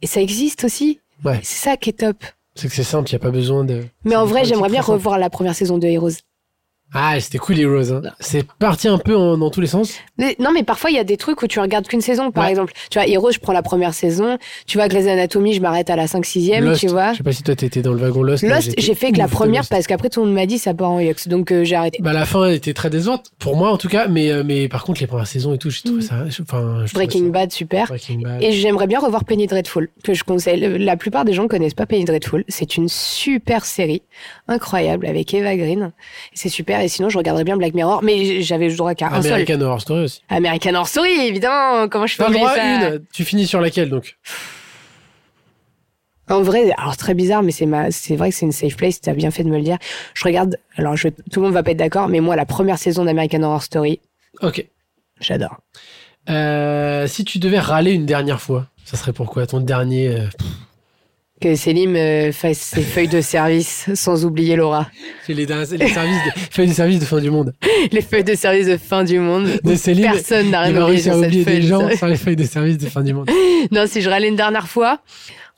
Et ça existe aussi.
Ouais.
C'est ça qui est top.
C'est que c'est simple, il n'y a pas besoin de.
Mais en
c'est
vrai,
pas-
j'aimerais
c'est
bien
très simple.
revoir la première saison de Heroes.
Ah, c'était cool, Heroes. Hein. C'est parti un peu en- dans tous les sens.
Mais- non, mais parfois, il y a des trucs où tu regardes qu'une saison, par
Ouais.
exemple. Tu vois, Heroes, je prends la première saison. Tu vois, Grey's Anatomy, je m'arrête à la 5-6ème,
Lost,
tu vois.
Je sais pas si toi t'étais dans le wagon Lost. mais
Lost,
j'étais
j'ai fait que la
ouf de
première
Lost.
parce qu'après, tout le monde m'a dit ça part en yox. Donc, euh, j'ai arrêté.
Bah, la fin était très décevante, pour moi en tout cas, mais, euh, mais par contre, les premières saisons et tout, j'ai trouvé ça. je- Enfin, je trouvais
Mm. Breaking
ça-
Bad, super.
Breaking Bad.
Et j'aimerais bien revoir Penny Dreadful, que je conseille. Le- La plupart des gens connaissent pas Penny Dreadful. C'est une super série, incroyable, avec Eva Green. C'est super. Et sinon, je regarderais bien Black Mirror, mais j'avais le droit qu'à un seul.
American Horror Story aussi.
American Horror Story, évidemment. Comment je peux
T'as le
oublier
droit
ça
à une. Tu finis sur laquelle donc
En vrai, alors très bizarre, mais c'est ma, c'est vrai que c'est une safe place. T'as bien fait de me le dire. Je regarde. Alors, je, tout le monde va pas être d'accord, mais moi, la première saison d'American Horror Story,
Ok.
j'adore.
Euh, si tu devais râler une dernière fois, ça serait pourquoi Ton dernier. euh,
Que Céline euh, fasse ses feuilles de service, sans oublier Laura.
Fais les, derniers- les services de, fais les services de fin du monde.
Les feuilles de service de fin du monde.
De Céline,
Personne n'a
il
rien
va
oublié
réussir
sur
à
cette
oublier
feuille Ah,
des
de
gens
service.
sur les feuilles de service de fin du monde.
Non, si je râlais une dernière fois.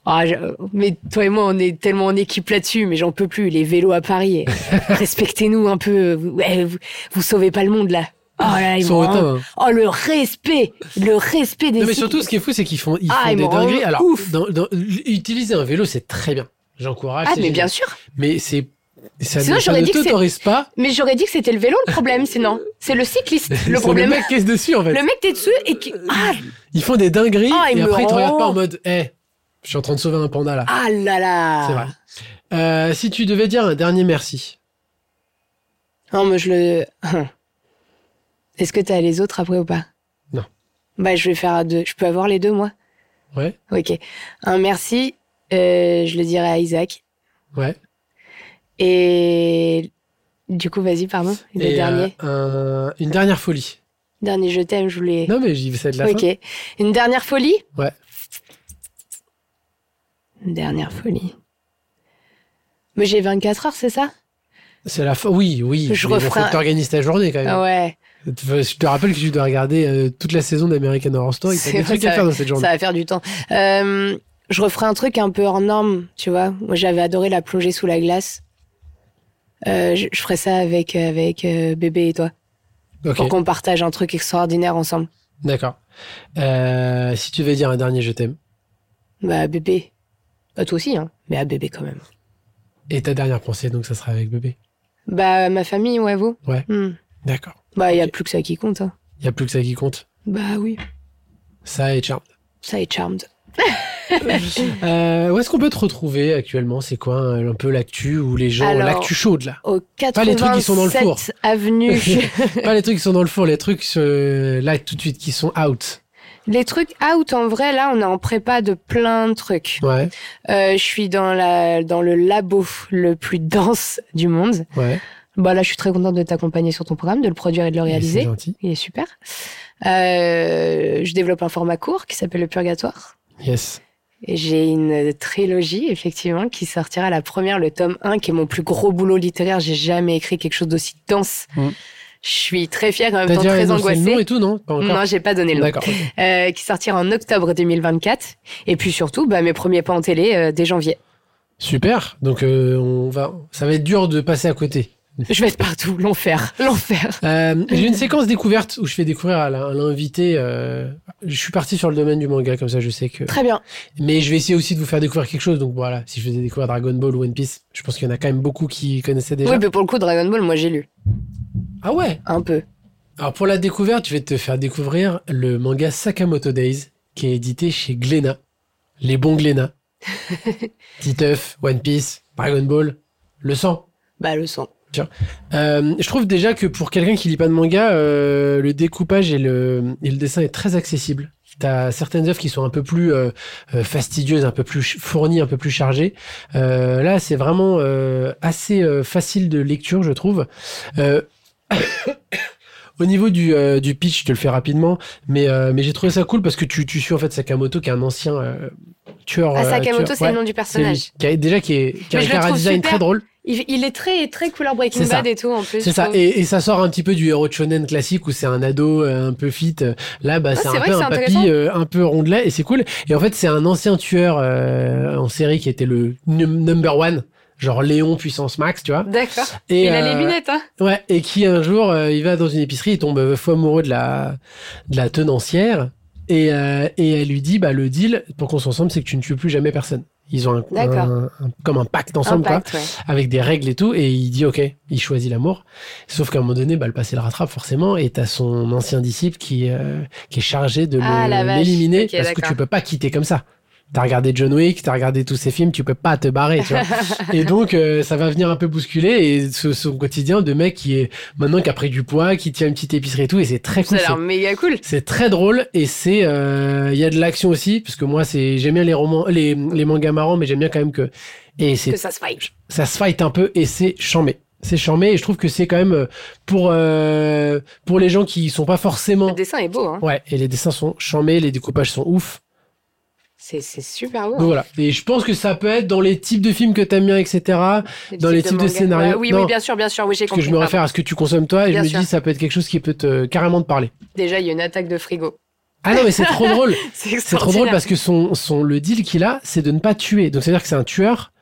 Ah, je- mais toi et moi, on est tellement en équipe là-dessus, mais j'en peux plus. Les vélos à Paris, respectez-nous un peu. Vous, ouais, vous, vous sauvez pas le monde là. Oh là,
Ils
ils
sont
m'ont
hautains,
rendu-
hein.
Oh le respect, le respect
Non,
des.
mais
cycles.
surtout, ce qui est fou, c'est qu'ils font, ils
Ah,
font
ils
des
m'ont rendu
dingueries. Alors,
ouf.
dans- dans- utiliser un vélo, c'est très bien. J'encourage.
Ah
c'est
mais
génial.
bien sûr.
Mais c'est. Ça
Sinon,
ne, ça
j'aurais
ne
dit que c'est-
t'autorise pas.
Mais j'aurais dit que c'était le vélo le problème, sinon c'est le cycliste
C'est
le problème.
Le mec qui est dessus, en fait.
Le mec t'es dessus et qui. Ah
Ils font des dingueries
Ah, ils
et
me
après, ils te
rendent-
regardent pas en mode, hé, Je suis en train de sauver un panda là.
Ah là là
C'est vrai. Euh, si tu devais dire un dernier merci.
Non, mais je le. Est-ce que t'as les autres après ou pas
Non.
Bah, je vais faire deux. Je peux avoir les deux, moi
Ouais,
Ok. Un merci, euh, je le dirai à Isaac.
ouais.
Et. Du coup, vas-y, pardon. Le
Et, euh,
dernier.
un- une dernière folie.
Dernier, je t'aime, je voulais.
Non mais j'y vais c'est de la
ok. Une dernière folie
Ouais.
Une dernière folie. Mais j'ai 24 heures, c'est ça
fin. C'est la fin. Oui, oui.
Je
mais bon,
referai-
Faut que t'organises ta journée quand même.
Ah Ouais.
Je te rappelle que tu dois regarder euh, toute la saison d'American Horror Story. T'as
C'est
des
vrai,
trucs à
ça-
faire dans cette journée.
Ça va faire du temps. Euh, je referai un truc un peu hors norme, tu vois. Moi, j'avais adoré la plongée sous la glace. Euh, je, je ferai ça avec, avec euh, bébé et toi.
Ok,
Pour qu'on partage un truc extraordinaire ensemble.
d'accord. Euh, si tu devais dire un dernier je t'aime
Bah, bébé. Bah, toi aussi, hein. Mais à bébé quand même.
et ta dernière pensée, donc ça sera avec bébé.
Bah, ma famille, ouais, vous
Ouais.
Hmm.
D'accord.
Bah, il n'y a
Ok.
plus que ça qui compte. hein.
Il y a plus que ça qui compte.
Bah oui,
Ça et Charmed.
ça est charmed.
Euh, où est-ce qu'on peut te retrouver actuellement C'est quoi euh, un, un peu l'actu ou les gens
Alors-
L'actu chaude là.
Au
les trucs qui sont dans le four.
87 avenue.
Pas les trucs qui sont dans le four, les trucs euh, là tout de suite qui sont out.
les trucs out, en vrai, là, on est en prépa de plein de trucs.
Ouais,
Euh, je suis dans, la, dans le labo le plus dense du monde.
ouais.
Bah là, je suis très contente de t'accompagner sur ton programme, de le produire et de le
C'est
réaliser.
gentil.
Il est super. Euh, je développe un format court qui s'appelle Le Purgatoire.
Yes.
Et J'ai une trilogie, effectivement, qui sortira la première, le tome 1, qui est mon plus gros boulot littéraire. J'ai jamais écrit quelque chose d'aussi dense.
Mm.
Je suis très fière et en même
T'as
temps
déjà
très
annoncé le nom
angoissée.
et tout, non Pas encore.
Non, j'ai pas donné le nom
D'accord. ok.
euh, qui sortira en octobre 2024. Et puis surtout, bah, mes premiers pas en télé euh, dès janvier.
Super. Donc euh, on va. Ça va être dur de passer à côté.
Je vais être partout, l'enfer, l'enfer.
Euh, J'ai une séquence découverte où je fais découvrir à l'in- à l'invité. euh, Je suis parti sur le domaine du manga comme ça, je sais que.
Très bien.
Mais je vais essayer aussi de vous faire découvrir quelque chose. Donc voilà, si je faisais découvrir Dragon Ball ou One Piece, je pense qu'il y en a quand même beaucoup qui connaissaient déjà.
Oui, mais pour le coup, Dragon Ball, moi j'ai lu
Ah ouais.
un peu.
Alors pour la découverte, je vais te faire découvrir le manga Sakamoto Days qui est édité chez Glénat. Les bons Glénat. Titeuf, One Piece, Dragon Ball, le sang.
Bah le sang.
Euh, je trouve déjà que pour quelqu'un qui lit pas de manga, euh, le découpage et le, et le dessin est très accessible. T'as certaines œuvres qui sont un peu plus euh, euh, fastidieuses, un peu plus ch- fournies, un peu plus chargées. Euh, là, c'est vraiment euh, assez euh, facile de lecture, je trouve. Euh, Au niveau du, euh, du pitch, je te le fais rapidement, mais, euh, mais j'ai trouvé ça cool parce que tu, tu suis en fait Sakamoto, qui est un ancien euh, tueur.
Ah,
euh,
Sakamoto,
tueur-
c'est
ouais,
le nom
c'est
du
lui.
personnage.
Qui a- déjà qui, est, qui a
Mais
un
je le trouve
chara design
super.
très drôle.
Il, il est très très couleur Breaking
C'est ça.
Bad et tout en plus.
C'est
je
ça,
trouve.
et, et ça sort un petit peu du héros de shonen classique où c'est un ado euh, un peu fit. Là, bah, c'est
Ah, c'est
un
vrai
peu
que c'est
un papy
intéressant.
euh, un peu rondelet et c'est cool. Et en fait, c'est un ancien tueur euh, en série qui était le num- number one, genre Léon puissance max, tu vois.
D'accord.
Et,
il a
euh,
les lunettes, hein.
Ouais, et qui un jour, euh, il va dans une épicerie, il tombe euh, fou amoureux de la, de la tenancière et, euh, et elle lui dit, bah, le deal pour qu'on soit ensemble, c'est que tu ne tues plus jamais personne. Ils ont un,
D'accord.
un- un- comme un pacte ensemble, quoi
Impact, ouais.
avec des règles et tout, et il dit ok, il choisit l'amour. Sauf qu'à un moment donné, bah, le passé le rattrape forcément, et t'as son ancien disciple qui, euh, qui est chargé de le-
Ah, la vache.
l'éliminer
Ok,
parce que
d'accord.
tu peux pas quitter comme ça. T'as regardé John Wick, t'as regardé tous ces films, tu peux pas te barrer, tu vois. et donc euh, ça va venir un peu bousculer et ce- son quotidien de mec qui est maintenant qui a pris du poids, qui tient une petite épicerie et tout, et c'est très
Ça
cool.
a l'air
c'est-
méga cool.
C'est très drôle et c'est euh, il y a de l'action aussi parce que moi c'est j'aime bien les romans les, les mangas marrants mais j'aime bien quand même que et c'est
Que ça se fight.
ça se fight un peu et c'est chambé. C'est chambé et je trouve que c'est quand même euh, pour euh, pour les gens qui sont pas
Le
forcément
dessin est beau, hein.
ouais et les dessins sont chambés, les découpages sont ouf.
C'est c'est super beau.
Donc voilà et je pense que ça peut être dans les types de films que t'aimes bien etc.
Le
dans
type
les types de
manga.
scénarios,
Ouais, Euh, oui,
non.
oui, bien sûr, bien sûr. Oui, j'ai
Parce que
compris.
je me
pardon.
réfère à ce que tu consommes toi et
Bien
je me
sûr.
dis ça peut être quelque chose qui peut te carrément te parler.
Déjà, il y a une attaque de frigo.
Ah non mais c'est trop drôle.
C'est
C'est trop drôle parce que son son le deal qu'il a c'est de ne pas tuer donc c'est à dire que c'est un tueur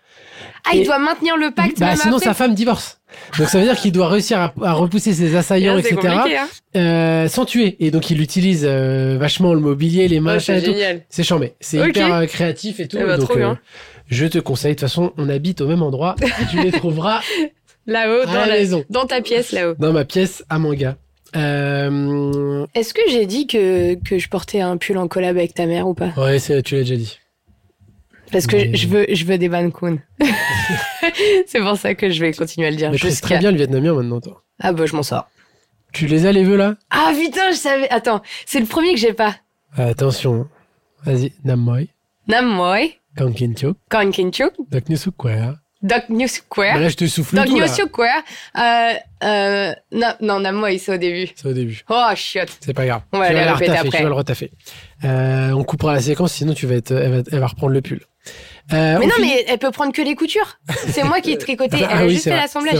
Ah, il
Et-
doit maintenir le pacte.
Bah,
même
sinon,
après.
sa femme divorce. Donc, ça veut dire qu'il doit réussir à, à repousser ses assaillants,
Ah, c'est
etc.,
compliqué, hein.
euh, sans tuer. Et donc, il utilise euh, vachement le mobilier, les
Ah,
machins
C'est
et tout.
génial.
C'est chambé. C'est
Ok.
hyper euh, créatif et tout.
Eh bah,
donc, euh,
trop bien.
je te conseille. De toute façon, on habite au même endroit. tu les trouveras
Là-haut,
à
dans
la
la
maison.
Dans ta pièce là-haut.
Dans ma pièce à manga. Euh,
Est-ce que j'ai dit que, que je portais un pull en collab avec ta mère ou pas
ouais, c'est- tu l'as déjà dit.
Parce que je- je veux, je veux des Ban-kun. c'est pour ça que je vais continuer à le dire
Mais c'est très
jusqu'à.
bien le vietnamien maintenant, toi.
Ah bah je m'en sors.
Tu les as les vœux là
Ah putain, je savais. Attends, c'est le premier que j'ai pas.
Attention. hein. Vas-y, Nam Moi,
Nam moi,
Kang Kin Chok,
Kang Kin Chuk,
Dak Nusuk Kwaya.
Dok New Square.
Là, je te souffle
Dok
tout là.
New Square. Euh, euh, non, non, Nam moi, c'est au début.
C'est au début.
Oh, chiotte.
C'est pas grave.
On va
tu,
la
vas la
répéter
retaffer,
après.
tu vas le retaffer. Euh, on coupera la séquence, sinon tu vas être, elle, va, elle va reprendre le pull. Euh,
Mais
on
non,
finit-
mais elle peut prendre que les coutures. C'est moi qui ai tricoté.
Ah
elle a
oui,
juste
c'est
fait
vrai,
l'assemblage.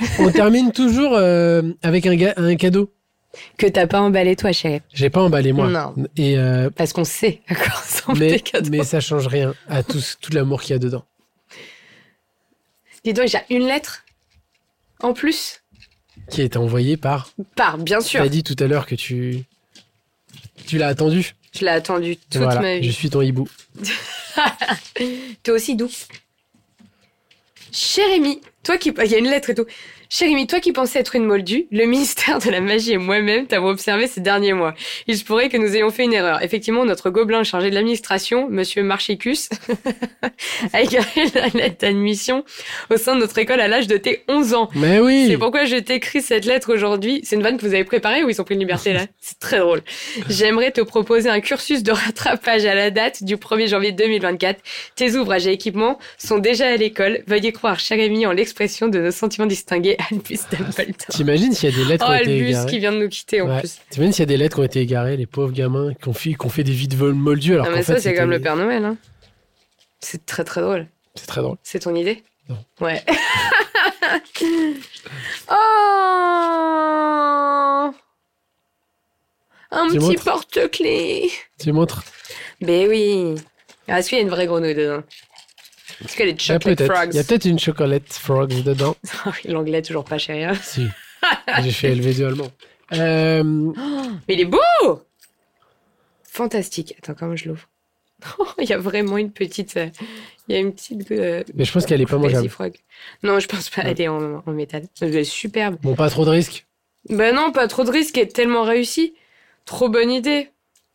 c'est vrai. On termine toujours euh, avec un, ga- un cadeau.
Que t'as pas emballé, toi, chérie.
J'ai pas emballé moi.
Non.
Et euh,
Parce qu'on sait à quoi ressemblent tes
mais,
cadeaux.
mais ça change rien à tout, ce- tout l'amour qu'il y a dedans.
Dis donc, j'ai une lettre en plus.
Qui a été envoyé par.
Par, bien
Tu
sûr.
as dit tout à l'heure que tu. Tu l'as attendu.
Je l'ai attendu toute
Voilà,
ma
Je
vie.
suis ton hibou.
T'es aussi doux. Jérémy, toi qui. Il y a une lettre et tout. Jérémy, toi qui pensais être une moldue, le ministère de la magie et moi-même t'avons observé ces derniers mois. Il se pourrait que nous ayons fait une erreur. Effectivement, notre gobelin chargé de l'administration, monsieur Marchicus, a égaré la lettre d'admission au sein de notre école à l'âge de tes 11 ans.
Mais oui
C'est pourquoi je t'écris cette lettre aujourd'hui. C'est une vanne que vous avez préparée ou ils ont pris une liberté là C'est très drôle. J'aimerais te proposer un cursus de rattrapage à la date du 1er janvier 2024. Tes ouvrages et équipements sont déjà à l'école. Veuillez croire, cher ami, en l'expression de nos sentiments distingués. Albus Dumbledore.
T'imagines s'il y a des lettres
Oh,
qui ont été
Albus
égarées
qui vient de nous quitter en
Ouais.
plus.
T'imagines s'il y a des lettres qui ont été égarées, les pauvres gamins qui ont fait, qui ont fait des vies de vol moldus alors
Non,
qu'en
Ah, mais ça,
fait,
c'est comme
c'était-
le Père Noël. Hein. C'est très très drôle.
C'est très drôle.
C'est ton idée
Non.
Ouais. oh Un
Dis-moi
petit
autre.
porte-clés
Tu montres
Ben oui Ah, celui-là, il y a une vraie grenouille dedans. Est-ce qu'elle est de
Ah,
chocolate
peut-être.
frogs
Il y a peut-être une chocolate frogs dedans.
L'anglais, toujours pas chéri. hein.
si. J'ai fait élever du allemand. Euh,
Mais il est beau Fantastique. Attends, comment je l'ouvre Il y a vraiment une petite... euh, Il y a une petite... euh,
mais je pense qu'elle est pas
Fantasy
mangeable.
frog. Non, je pense pas. Elle est en, en métal. Elle est superbe.
Bon, pas trop de risques.
Ben non, pas trop de risques et tellement réussi. Trop bonne idée.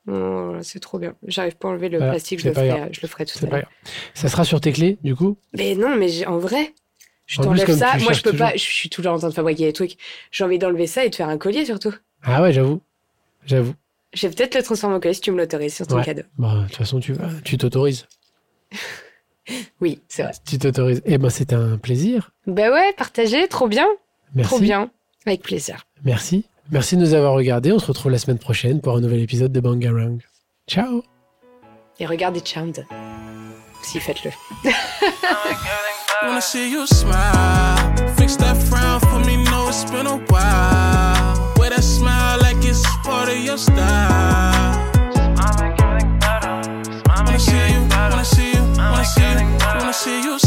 Oh, c'est trop bien. J'arrive pas à enlever le
Voilà,
plastique, je
c'est
le,
pas
ferai,
grave.
euh, je le ferai tout
C'est
à
pas
l'heure.
grave. Ça sera sur tes clés, du coup
Mais non, mais j'ai- en vrai, je
En plus,
t'enlève
comme
ça.
tu
Moi, je
cherches
peux pas.
toujours.
Je suis toujours en train de fabriquer des trucs. J'ai envie d'enlever ça et de faire un collier surtout.
Ah ouais, j'avoue. J'avoue.
Je vais peut-être le transformer en collier si tu me l'autorises sur ton
Ouais.
cadeau.
Bah, de toute façon, tu vas- tu t'autorises.
Oui, c'est vrai.
Tu t'autorises. Eh ben, c'était un plaisir.
Ben ouais, partagez, trop bien.
Merci.
Trop bien. Avec plaisir.
Merci. Merci de nous avoir regardés. On se retrouve la semaine prochaine pour un nouvel épisode de Bangarang. Ciao
Et regardez Charmed. Si, faites-le.
Wanna see you smile. Fix that frown for me, know it's been a while. Wear that smile like it's part of your style. Wanna see you, wanna see you, wanna see you, wanna see you